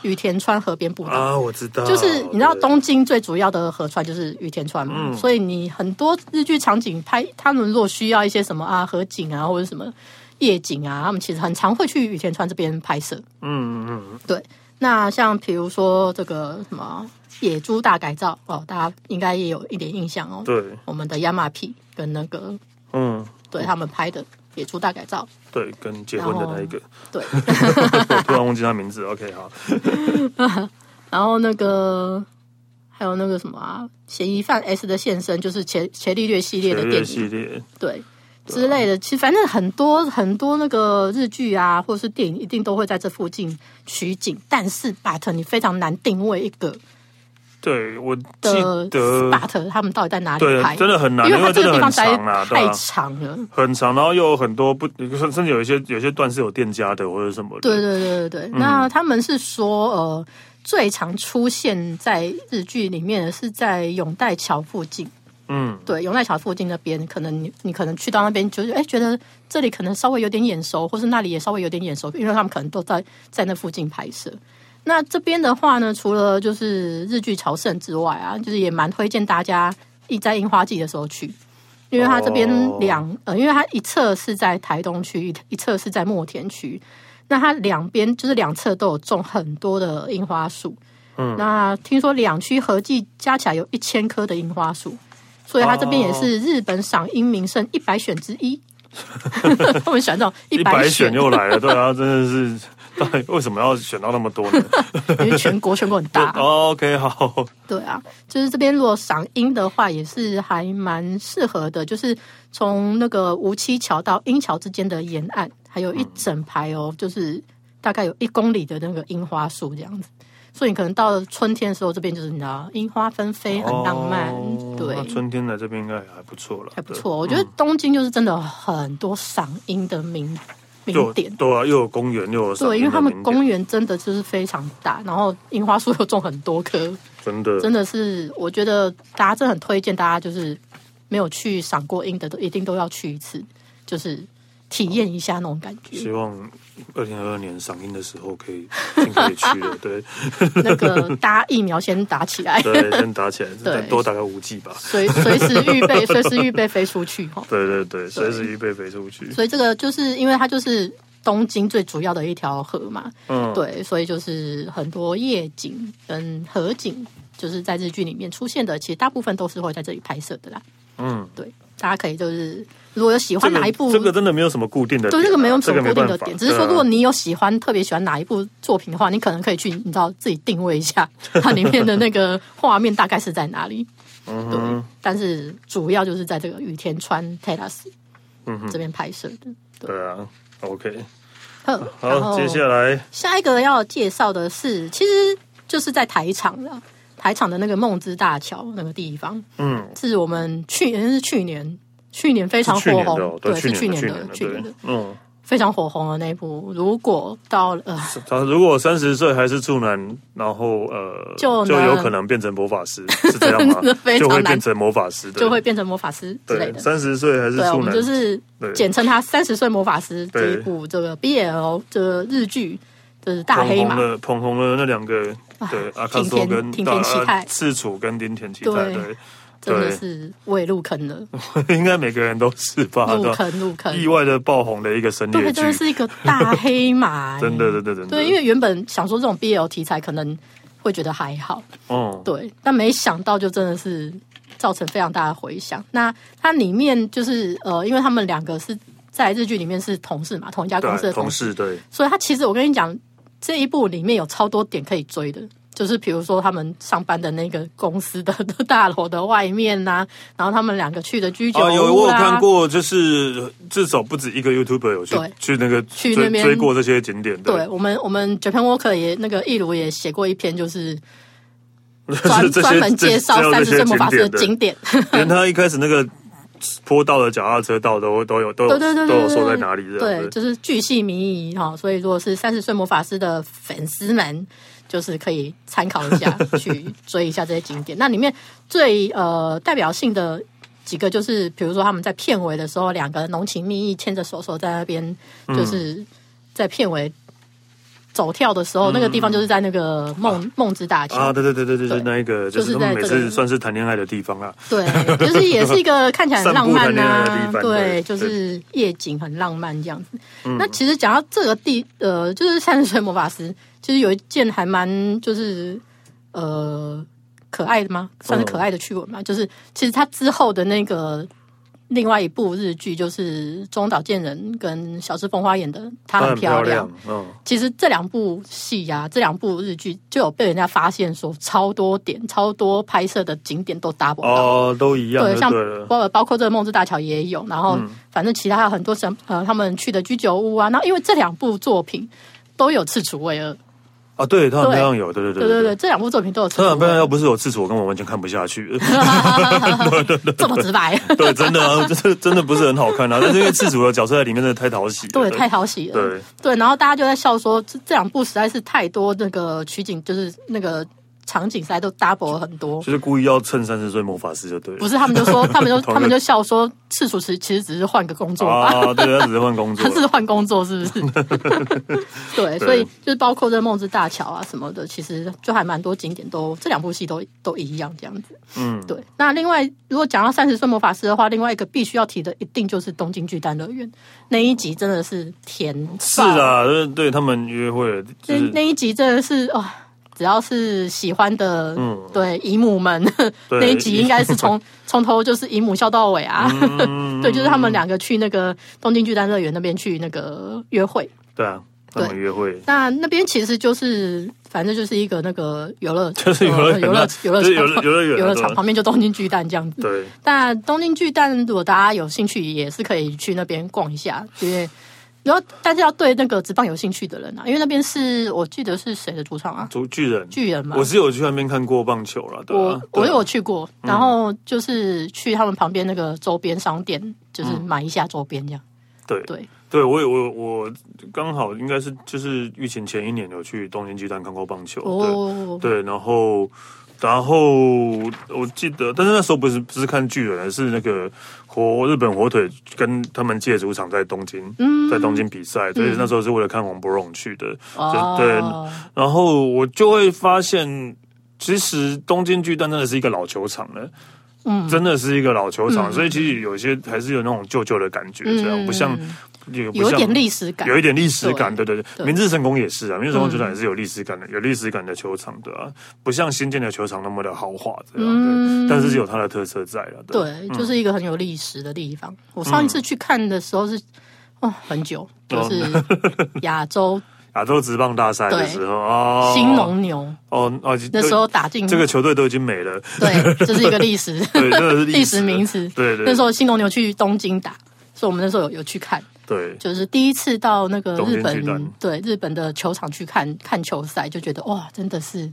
B: 羽田川河边步道。
A: 啊，我知道，
B: 就是你知道
A: 对嗯
B: 东京最主要的河川就是羽田川嘛，所以你很多日剧场景拍，他们如果需要一些什么啊河景啊或者什么夜景啊，他们其实很常会去羽田川这边拍摄。
A: 嗯嗯嗯，
B: 对，那像比如说这个什么野猪大改造哦，大家应该也有一点印象哦。
A: 对，
B: 我们的亚马屁跟那个
A: 嗯，
B: 对他们拍的野猪大改造，
A: 对，跟结婚的那一个，
B: 对，
A: 我 突然忘记他名字，OK，好，
B: 然后那个还有那个什么啊，嫌疑犯 S 的现身，就是伽伽利略系列的
A: 绝
B: 电
A: 对啊
B: 影
A: 系，列，
B: 对。之类的，其实反正很多很多那个日剧啊，或者是电影，一定都会在这附近取景，但是 but 你非常难定位一个
A: 对我记
B: 的
A: 得
B: spot 他们到底在哪里
A: 对
B: 拍？
A: 真的很难，
B: 因为
A: 因
B: 它
A: 为
B: 这
A: 真
B: 个
A: 的很
B: 地方实
A: 长啊，
B: 在
A: 对
B: 太
A: 啊，
B: 长了。
A: 很长，然后又有很多不，甚至有一些有些段是有店家的或者什么的，
B: 对对对对对，
A: 嗯
B: 那他们是说呃，最常出现在日剧里面的是在永代桥附近。
A: 嗯，
B: 对，永代桥附近那边，可能你你可能去到那边，就是哎，觉得这里可能稍微有点眼熟，或是那里也稍微有点眼熟，因为他们可能都在在那附近拍摄。那这边的话呢，除了就是日剧朝圣之外啊，就是也蛮推荐大家一在樱花季的时候去，因为它这边
A: 哦
B: 两、呃，因为它一侧是在台东区，一一侧是在墨田区，那它两边就是两侧都有种很多的樱花树。嗯，那听说两区合计加起来有一千棵的樱花树，所以它这边也
A: 哦
B: 是日本赏樱名胜一百选之 一。他们喜欢这种一
A: 一
B: 百
A: 百
B: 选
A: 选，又来了，对啊，真的是，到底为什么要选到那么多 呢？
B: 因为全国全国很 大。
A: 哦，OK，好，
B: 对啊，就是这边如果赏樱的话，也是还蛮适合的。就是从那个无期桥到樱桥之间的沿岸，还有一整排哦，
A: 嗯
B: 就是大概有一公里的那个樱花树这样子。所以你可能到了春天的时候，这边就是你知道樱花纷飞，很浪漫。
A: 哦
B: 对
A: 那，春天来这边应该也还不错了，
B: 还不错。我觉得
A: 嗯
B: 东京就是真的有很多赏樱的名
A: 对，又
B: 名点。
A: 对啊，又有公园，又有赏
B: 对，因为
A: 樱的
B: 他们
A: 名点
B: 公园真的就是非常大，然后樱花树又种很多棵，
A: 真的
B: 真的是，我觉得大家真的很推荐大家，就是没有去赏过樱的，都一定都要去一次，就是体验一下那种感 觉。
A: 希望二零二二年赏樱的时候可以尽可以去 了，对
B: 那个大家疫苗先打起来，
A: 对，先打起来，
B: 对
A: 再多打个五 G 吧。
B: 随随时预备，随时预备飞出 去哈。
A: 对对对，随时预备飞出去。
B: 所以这个就是因为它就是东京最主要的一条河嘛，
A: 嗯，
B: 对，所以就是很多夜景跟河景，就是在日剧里面出现的，其实大部分都是会在这里拍摄的啦。
A: 嗯，
B: 对，大家可以就是如果有喜欢
A: 这
B: 哪一
A: 个
B: 部，
A: 这个真的没有什么固定的点啊，
B: 对，这个没有什么固定的
A: 这个没办
B: 点，
A: 法
B: 只是说，如果
A: 对啊
B: 你有喜欢、特别喜欢哪一部作品的话，你可能可以去，你知道自己定位 一下它里面的那个画面大概是在哪里。
A: 嗯
B: 对，但是主要就是在这个雨田川 Terrace
A: 嗯
B: 这边拍摄的。
A: 对啊，OK，
B: 呵然
A: 好，
B: 后
A: 接下来
B: 下一个要介绍的是，其实就是在台场的台场的那个梦之大桥那个地方，
A: 嗯，
B: 是我们去年是去年去年非常
A: 去
B: 火
A: 年的
B: 红
A: 哦，，对，
B: 是去
A: 去年
B: 年
A: 的
B: 的去
A: 去
B: 年
A: 年
B: 的
A: 的，对，嗯。
B: 非常火红的那一部。如果到呃。
A: 他如果三十岁还是处男，然后呃，
B: 就能？
A: 有可能变成魔法师，是这样吗
B: 非常
A: 就会
B: 难
A: 变成魔法师，对
B: 就会变成魔法师之类
A: 对，
B: 的。
A: 三十岁还是
B: 对，我
A: 处
B: 们
A: 男，
B: 就是
A: 对
B: 简称它“三十岁魔法师”这一
A: 对
B: 部这个 BL 这个日剧，就是大
A: 捧
B: 黑
A: 红
B: 嘛。
A: 了捧红了那两个，对，阿卡
B: 町
A: 索
B: 田
A: 跟
B: 町
A: 大呃
B: 田启太
A: 赤楚跟丁田启太，
B: 对
A: 对，
B: 真的
A: 对
B: 是我也入 坑了，
A: 应该每个人都是吧？
B: 入
A: 啊对吧
B: 坑入坑，
A: 意外的爆红的一个深夜
B: 对，真
A: 剧
B: 的，是一个大 黑马、欸
A: 真的真的真的
B: 对，因为原本想说这种 BL 题材可能会觉得还好，
A: 嗯，
B: 对，但没想到就真的是造成非常大的回响。那它里面就是呃，因为他们两个是在日剧里面是同事嘛，同一家公司
A: 对，
B: 的
A: 同
B: 同
A: 事对，
B: 所以他其实我跟你讲，这一部里面有超多点可以追的，就是比如说他们上班的那个公司的 大楼的外面呐、然后他们两个去的居酒屋
A: 啊，
B: 啦、
A: 有我有看过，就是至少不止一个 YouTuber 有去
B: 对
A: 去那个
B: 去
A: 追
B: 那边
A: 追过这些景点，
B: 对，我们，我们 Japan Walker 也那个易如也写过一篇，就是专
A: 是 这些
B: 专门介绍
A: 这
B: 三
A: 这
B: 十岁魔法师的
A: 这些
B: 景点。
A: 连他一开始那个坡道的脚踏车道都都有都有
B: 对对对
A: 都
B: 对
A: 有
B: 对，
A: 说在哪里这样
B: 对，
A: 子，
B: 就是巨细靡遗哈。所以，如果是三十岁魔法师的粉丝们，就是可以参考 一下，去追一下这些景点。那里面最呃代表性的几个，就是比如说他们在片尾的时候，两个浓情蜜意牵着手手在那边，
A: 嗯
B: 就是在片尾走跳的时候，那个地方就是在那个梦梦之大桥
A: 嗯啊，对对对对对，
B: 对
A: 就那一个就
B: 就
A: 是是他们
B: 在
A: 每
B: 这个
A: 次算是谈恋爱的地方啊，
B: 对，就是也是 一个看起来很浪漫
A: 散步很
B: 呐、
A: 厉害的地方
B: 对，
A: 对嗯
B: 就是夜景很浪漫这样子。那其实讲到这个地，呃，就是三十岁魔法师，其实有一件还蛮就是呃可爱的吗？算是可爱的趣闻嘛，就是其实他之后的那个。另外一部日剧就是中岛健人跟小芝风花演的《
A: 它
B: 她啊很漂亮》，
A: 亮，嗯，
B: 其实这两部戏呀、这两部日剧就有被人家发现说超多点、超多拍摄的景点都搭不到。
A: 哦，都一样，
B: 对，像
A: 对嗯了，
B: 包包括这个梦之大桥也有，然后反正其他还有很多什么呃，他们去的居酒屋啊，那因为这两部作品都有赤楚卫二，
A: 啊，对，他很
B: 对
A: 漂亮有，对对对
B: 对对对，这两部作品都有
A: 他很漂亮，
B: 刺
A: 要不是有刺楚，我根本完全看不下去。
B: 激这么直白，
A: 对，真的啊，这这真的不是很好看啊。但是因为赤足的角色在里面真的太讨喜了，
B: 对，太讨喜了。
A: 对
B: 对，然后大家就在笑说，这这两部实在是太多那个取景，就是那个场景实在都 double 了很多。
A: 就是故意要趁三十岁魔法师就对了。
B: 不是，他们就说，他们 就
A: 同一个
B: 他们就笑说，赤楚其其实只是换个工作吧，
A: 啊，对，他只是换工作
B: 他
A: 了。
B: 是换工作是不是？ 对，所以就是包括这《梦之大桥》啊什么的，其实就还蛮多景点都这两部戏都都一样这样子。
A: 嗯，
B: 对。那另外，如果讲到三十岁魔法师的话，另外一个必须要提的一定就是东京巨蛋乐园那一集，真的是甜爆
A: 是啊，就是对他们约会了，就
B: 那
A: 是
B: 那一集真的是哇、只要是喜欢的，对姨母们
A: 嗯 对
B: 那一集应该 是从从头就是姨母笑到尾啊。
A: 嗯，
B: 对，就是他们两个去那个东京巨蛋乐园那边去那个约会。
A: 对啊，他们约会。
B: 那那边其实就是，反正就是一个那个游乐，
A: 就是游乐园
B: 呃游乐
A: 啊就
B: 游乐
A: 是游乐
B: 场
A: 游乐园啊
B: 游乐
A: 对
B: 场
A: 吧
B: 旁边就东京巨蛋这样子。
A: 对，
B: 但东京巨蛋，如果大家有兴趣，也是可以去那边逛一下，因为然后但是要对那个职棒有兴趣的人啊，因为那边是我记得是谁的主场啊？
A: 足巨人，
B: 巨人嘛
A: 我。是有去那边看过棒球了，对啊
B: 我，
A: 对
B: 我
A: 啊
B: 有去过，然后就是去他们旁边那个周边商店，
A: 嗯
B: 就是买一下周边这样。
A: 对
B: 对，
A: 对，我也我我刚好应该是就是疫情前一年有去东京巨蛋看过棒球，
B: 哦，
A: 对对，然后然后我记得，但是那时候不是不是看巨人，是那个火日本火腿跟他们借主场在东京，
B: 嗯
A: 在东京比赛，所以那时候是为了看黄博荣去的，就对，
B: 哦，
A: 然后我就会发现，其实东京巨蛋真的是一个老球场了。嗯，真的是一个老球场，所以其实有些还是有那种旧旧的感觉，这样、
B: 嗯
A: 不像也不
B: 有
A: 像
B: 一点历史感
A: 有。一点历史感，对
B: 对
A: 对对，
B: 对嗯
A: 明治神宫也是啊，明治神宫球场也是有历史感的，有历史感的球场，对啊，不像新建的球场那么的豪华这样，对，但是有它的嗯特色在了，对
B: 嗯对，就是一个很有历史的地方。我上一次去看的时候是，哦，很久，
A: 啊
B: 就是 亚洲
A: 亚洲职棒大赛的
B: 对
A: 时候哦，
B: 新农牛
A: 哦哦，
B: 那时候打进
A: 这个球队都已经没 了，
B: 对，这是一个历史
A: 对，真的是
B: 历
A: 史
B: 史名词。
A: 对对，
B: 那时候新农牛去东京打，所以我们那时候有有去看，
A: 对
B: 就是第一次到那个
A: 东京
B: 日
A: 巨蛋
B: 本对日本的球场去看看球赛，就觉得哇，真的是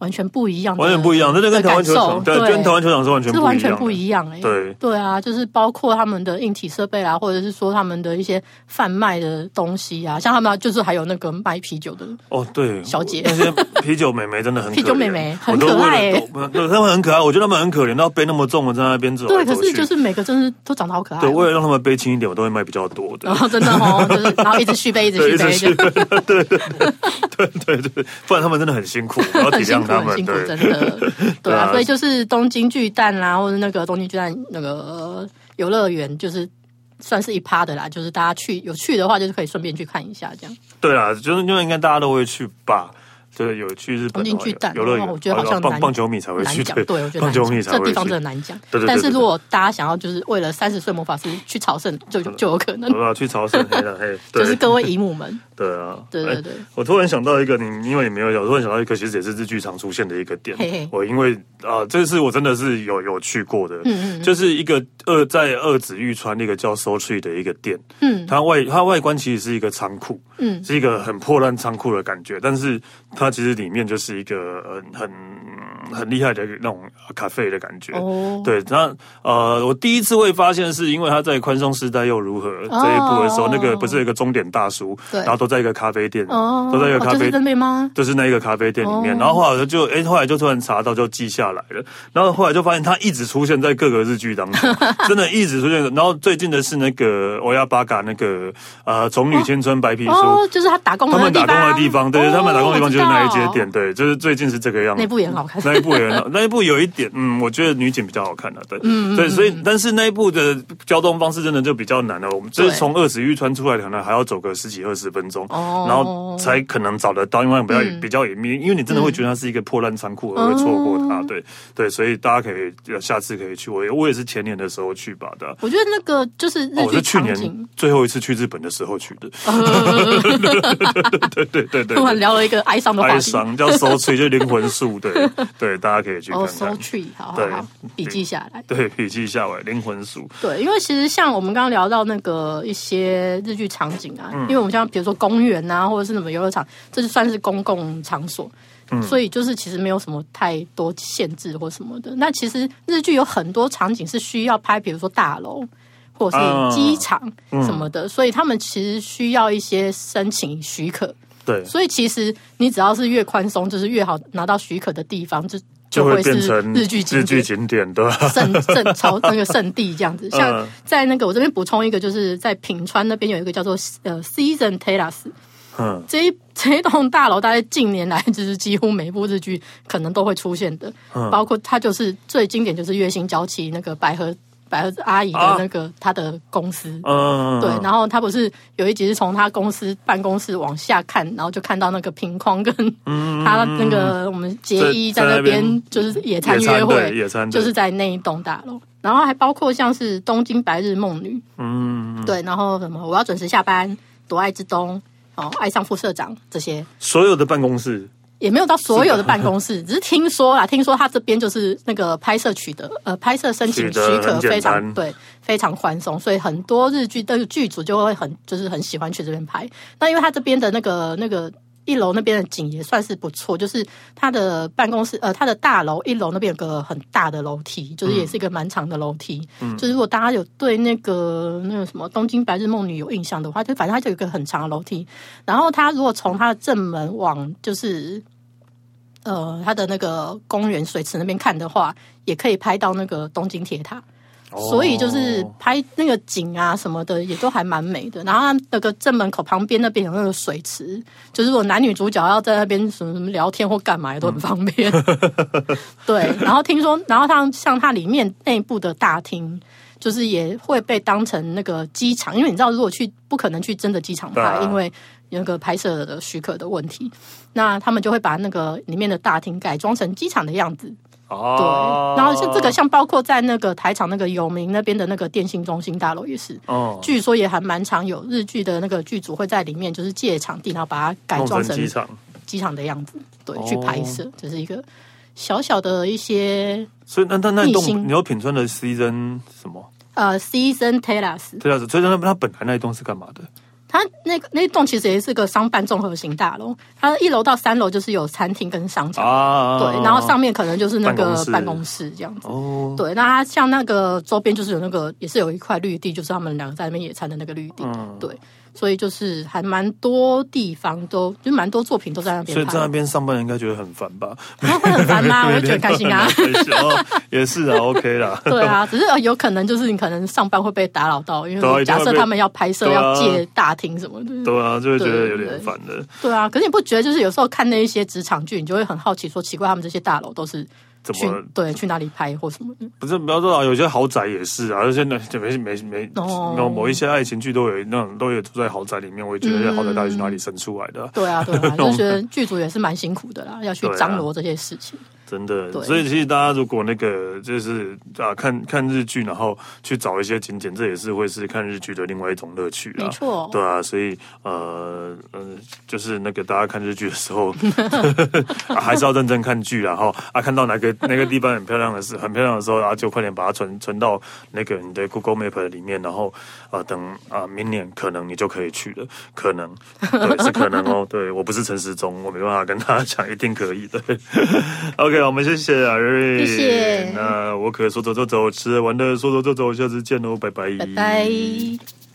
B: 完全不一样的，
A: 完全不一样，那就跟台湾球场，
B: 的
A: 对，
B: 感受
A: 跟台湾球场是完全不一
B: 是
A: 样的，
B: 完全不一样哎、
A: 对
B: 对啊，就是包括他们的硬体设备啊，或者是说他们的一些贩卖的东西啊，像他们就是还有那个卖啤酒的，
A: 哦，对，
B: 小姐
A: 那些啤酒妹妹真的很可怜
B: 啤酒妹妹很
A: 我都
B: 可爱
A: 为了
B: 欸
A: 都对，他们很可爱，我觉得他们很可怜，然后背那么重，我在那边走
B: 对，
A: 来
B: 可
A: 走
B: 是
A: 去，
B: 就是每个真是都长得好可爱
A: 对，
B: 哦、
A: 为了让他们背轻一点，我都会卖比较多的
B: 然。后真的哦，就是然后一直续杯，一直
A: 对，
B: 续
A: 一直
B: 杯，
A: 去，
B: 就
A: 对对对对对对，不然他们真的很辛苦，我要体
B: 很辛
A: 谅
B: 苦，
A: 他们
B: 很。辛苦，真
A: 对，
B: 的。对
A: 对啊
B: 啊，所以就是东京巨蛋啦、或者那个东京巨蛋那个呃游乐园，就是算是一趴的啦，就是大家去有去的话，就是可以顺便去看一下这样。
A: 对啊，就是就应该大家都会去吧。对，有去日本
B: 东
A: 的
B: 京
A: 话
B: 巨蛋
A: 游乐园，
B: 哇我觉得好像
A: 棒
B: 难
A: 棒啊球迷才会
B: 难
A: 去，
B: 讲，对我觉得
A: 棒
B: 难
A: 球
B: 讲
A: 迷才
B: 这
A: 会
B: 地方
A: 去
B: 真的。难讲
A: 对对对。
B: 但是
A: 对对
B: 如果大家想要就是为了三十岁魔法师去朝圣，就就就有可能，
A: 好了，去朝圣，黑了嘿，嗯对
B: 就是各位姨母们，
A: 对啊，
B: 对对对
A: 哎我突然想到一个，你因为你没有讲，我突然想到一个，其实也是日剧常出现的一个点。
B: 嘿嘿嗯
A: 我因为啊、这次我真的是有有去过的，就是一个二在二子玉川那个叫 So Tree 的一个店，嗯，它外它外观其实是一个仓库，嗯，是一个很破烂仓库的感觉，但是它其实里面就是一个呃很很。很厉害的那种咖啡的感觉，
B: 哦
A: 对，那呃，我第一次会发现，是因为他在《宽松时代又如何》这一部的时候，
B: 哦
A: 那个不是有一个终点大叔，
B: 对
A: 然后都在一个咖啡店，
B: 哦，
A: 都在一个咖
B: 哦就
A: 啡
B: 是哦这边吗？
A: 就是那一个咖啡店里面，然后后来就哎、后来就突然查到，就记下来了。然后后来就发现它一直出现在各个日剧当 中，真的一直出现。然后最近的是那个欧亚巴嘎那个呃，宠女青春白皮书，
B: 哦，就是他打工
A: 他
B: 的
A: 们
B: 地
A: 打
B: 方，
A: 工的地方，对，
B: 哦
A: 他们打工的地方就是那一间。
B: 我知道
A: 店，对，就是最近是这个样子。
B: 那部也很好看
A: 那一部也很好，那一部有一点，嗯，我觉得女警比较好看啊，对，对，所以但是那一部的交通方式真的就比较难了，我们就是
B: 对
A: 从二十玉川出来，可能还要走个十几二十分钟，
B: 哦
A: 然后才可能找得到，因为比较比较隐秘，因为你真的会觉得它是一个破烂仓库，而会错过它，对对，所以大家可以呃下次可以去，我也我也是前年的时候去吧的。
B: 我觉得那个就是
A: 哦，
B: 日
A: 我
B: 剧
A: 是去
B: 场
A: 年
B: 景，
A: 最后一次去日本的时候去的，对对对对对
B: 突然聊了一个哀伤的话
A: 哀
B: 题。
A: 伤，叫收吹，就灵魂树，对对对，大家可以去看
B: 哦，so
A: 看。
B: tree，好好
A: 对
B: 好，笔记下来。
A: 对，笔记下来，灵魂书。
B: 对，因为其实像我们刚刚聊到那个一些日剧场景
A: 嗯
B: 啊，因为我们像比如说公园啊，或者是什么游乐场，这就算是公共场所，
A: 嗯
B: 所以就是其实没有什么太多限制或什么的。那其实日剧有很多场景是需要拍，比如说大楼。或者
A: 啊
B: 是机场什么的，所以他们其实需要一些申请许可，
A: 对，
B: 所以其实你只要是越宽松，就是越好拿到许可的地方，就
A: 就会
B: 会是
A: 变成
B: 日剧景
A: 日
B: 点
A: 剧景点，对吧？
B: 圣圣朝那个圣地这样子。像
A: 嗯
B: 在那个我这边补充一个，就是在品川那边有一个叫做呃 Season Terrace
A: 嗯，
B: 这一 这一栋大楼，大概近年来就是几乎每部日剧可能都会出现的，包括它就是最经典就是月薪娇妻那个百合百合阿姨的那个她的公司。
A: 嗯，
B: 对，然后他不是有一集是从他公司办公室往下看，然后就看到那个平框跟
A: 嗯
B: 他那个我们杰一
A: 在
B: 在
A: 在
B: 那
A: 那边
B: 边就是野餐
A: 野餐
B: 约会，
A: 对野餐对
B: 就是在那一栋大楼。然后还包括像是东京白日梦女，
A: 嗯，
B: 对，然后什么我要准时下班，夺爱之东，哦，爱上副社长这些，
A: 所有的办公室，
B: 也没有到所有的办公室，只 是听说啦，听说他这边就是那个拍摄取得呃拍摄申请
A: 取
B: 许
A: 得
B: 可
A: 很简
B: 非
A: 单
B: 常对非常宽松，所以很多日剧的剧组就会很就是很喜欢去这边拍。那因为他这边的那个那个一楼那边的景也算是不错，就是他的办公室呃他的大楼一楼那边有个很大的楼梯，就是也是一个蛮长的楼梯。
A: 嗯
B: 就是如果大家有对那个那个什么《东京白日梦女》有印象的话，就反正它就有一个很长的楼梯。然后它如果从它的正门往就是呃它的那个公园水池那边看的话，也可以拍到那个东京铁塔。所以就是
A: 哦
B: 拍那个景啊什么的，也都还蛮美的。然后它那个正门口旁边那边有那个水池，就是我男女主角要在那边什么什么聊天或干嘛，也都很 方便。对，然后听说，然后它像它里面内部的大厅，就是也会被当成那个机场，因为你知道，如果去不可能去真的机场拍，
A: 对啊
B: 因为有那个拍摄的许可的问题，那他们就会把那个里面的大厅改装成机场的样子。对，
A: 哦，
B: 然后像这个，像包括在那个台场那个有名那边的那个电信中心大楼也是。
A: 哦，
B: 据说也还蛮常有日剧的那个剧组会在里面，就是借场地，然后把它改
A: 弄
B: 装
A: 成
B: 成
A: 机场，
B: 机场的样子，对，
A: 哦
B: 去拍摄，这是一个小小的一些
A: 所以那那那
B: 逆
A: 栋
B: 行
A: 你有品川的 season 什么？
B: 呃 season terrace。
A: 对啊，所以那它本来那一栋是干嘛的？
B: 它那个那栋其实也是个商办综合型大楼，它一楼到三楼就是有餐厅跟商场，
A: 啊，
B: 对，然后上面可能就是那
A: 办
B: 个
A: 公室
B: 办公室这样子。
A: 哦，
B: 对，那它像那个周边就是有那个，也是有一块绿地，就是他们两个在那边野餐的那个绿地。
A: 嗯
B: 对，所以就是还蛮多地方都，就蛮多作品都在那
A: 所以
B: 边拍
A: 在。那边上班应该觉得很烦吧？
B: 然 后会很烦 吗？我就觉得很开心啊。
A: 每天都很难开心哦，也是啊，OK 啦。
B: 对 啊，只是呃有可能就是你可能上班会被打扰到，因
A: 对啊
B: 为
A: 一定
B: 假
A: 会
B: 设
A: 被
B: 他们要拍摄、
A: 对啊
B: 要借大厅什么的。
A: 对啊，就会觉得有
B: 对
A: 点
B: 对
A: 烦的。
B: 对啊，可是你不觉得就是有时候看那一些职场剧，你就会很好奇说，奇怪他们这些大楼都是
A: 怎
B: 去
A: 么
B: 对去哪里拍或什么的？
A: 不是不要说啊，有些豪宅也是啊，有些那没没没，
B: 哦
A: 那某一些爱情剧都有那种都有住在豪宅里面，我也觉得豪宅到底是哪里生出来的啊、
B: 对啊，对 啊，就觉得剧组也是蛮辛苦的啦，要去
A: 对啊
B: 张罗这些事情。
A: 真的。
B: 对
A: 所以其实大家如果那个就是啊，看看日剧，然后去找一些景点，这也是会是看日剧的另外一种乐趣啊。
B: 没错
A: 对啊，所以呃呃，就是那个大家看日剧的时候， 啊还是要认真看剧啦，然后啊，看到哪 个那个地方很漂亮的时，很漂亮的时候，啊，就快点把它存存到那个你的 Google Map 里面，然后啊、呃等啊、明年可能你就可以去了，可能对是可能 哦，对我不是陈时中，我没办法跟大家讲一定可以的。OK，我们谢谢阿瑞，
B: 谢谢
A: 哦那我可说走就走，吃完的说走就走，下次见喽，拜拜，
B: 拜拜。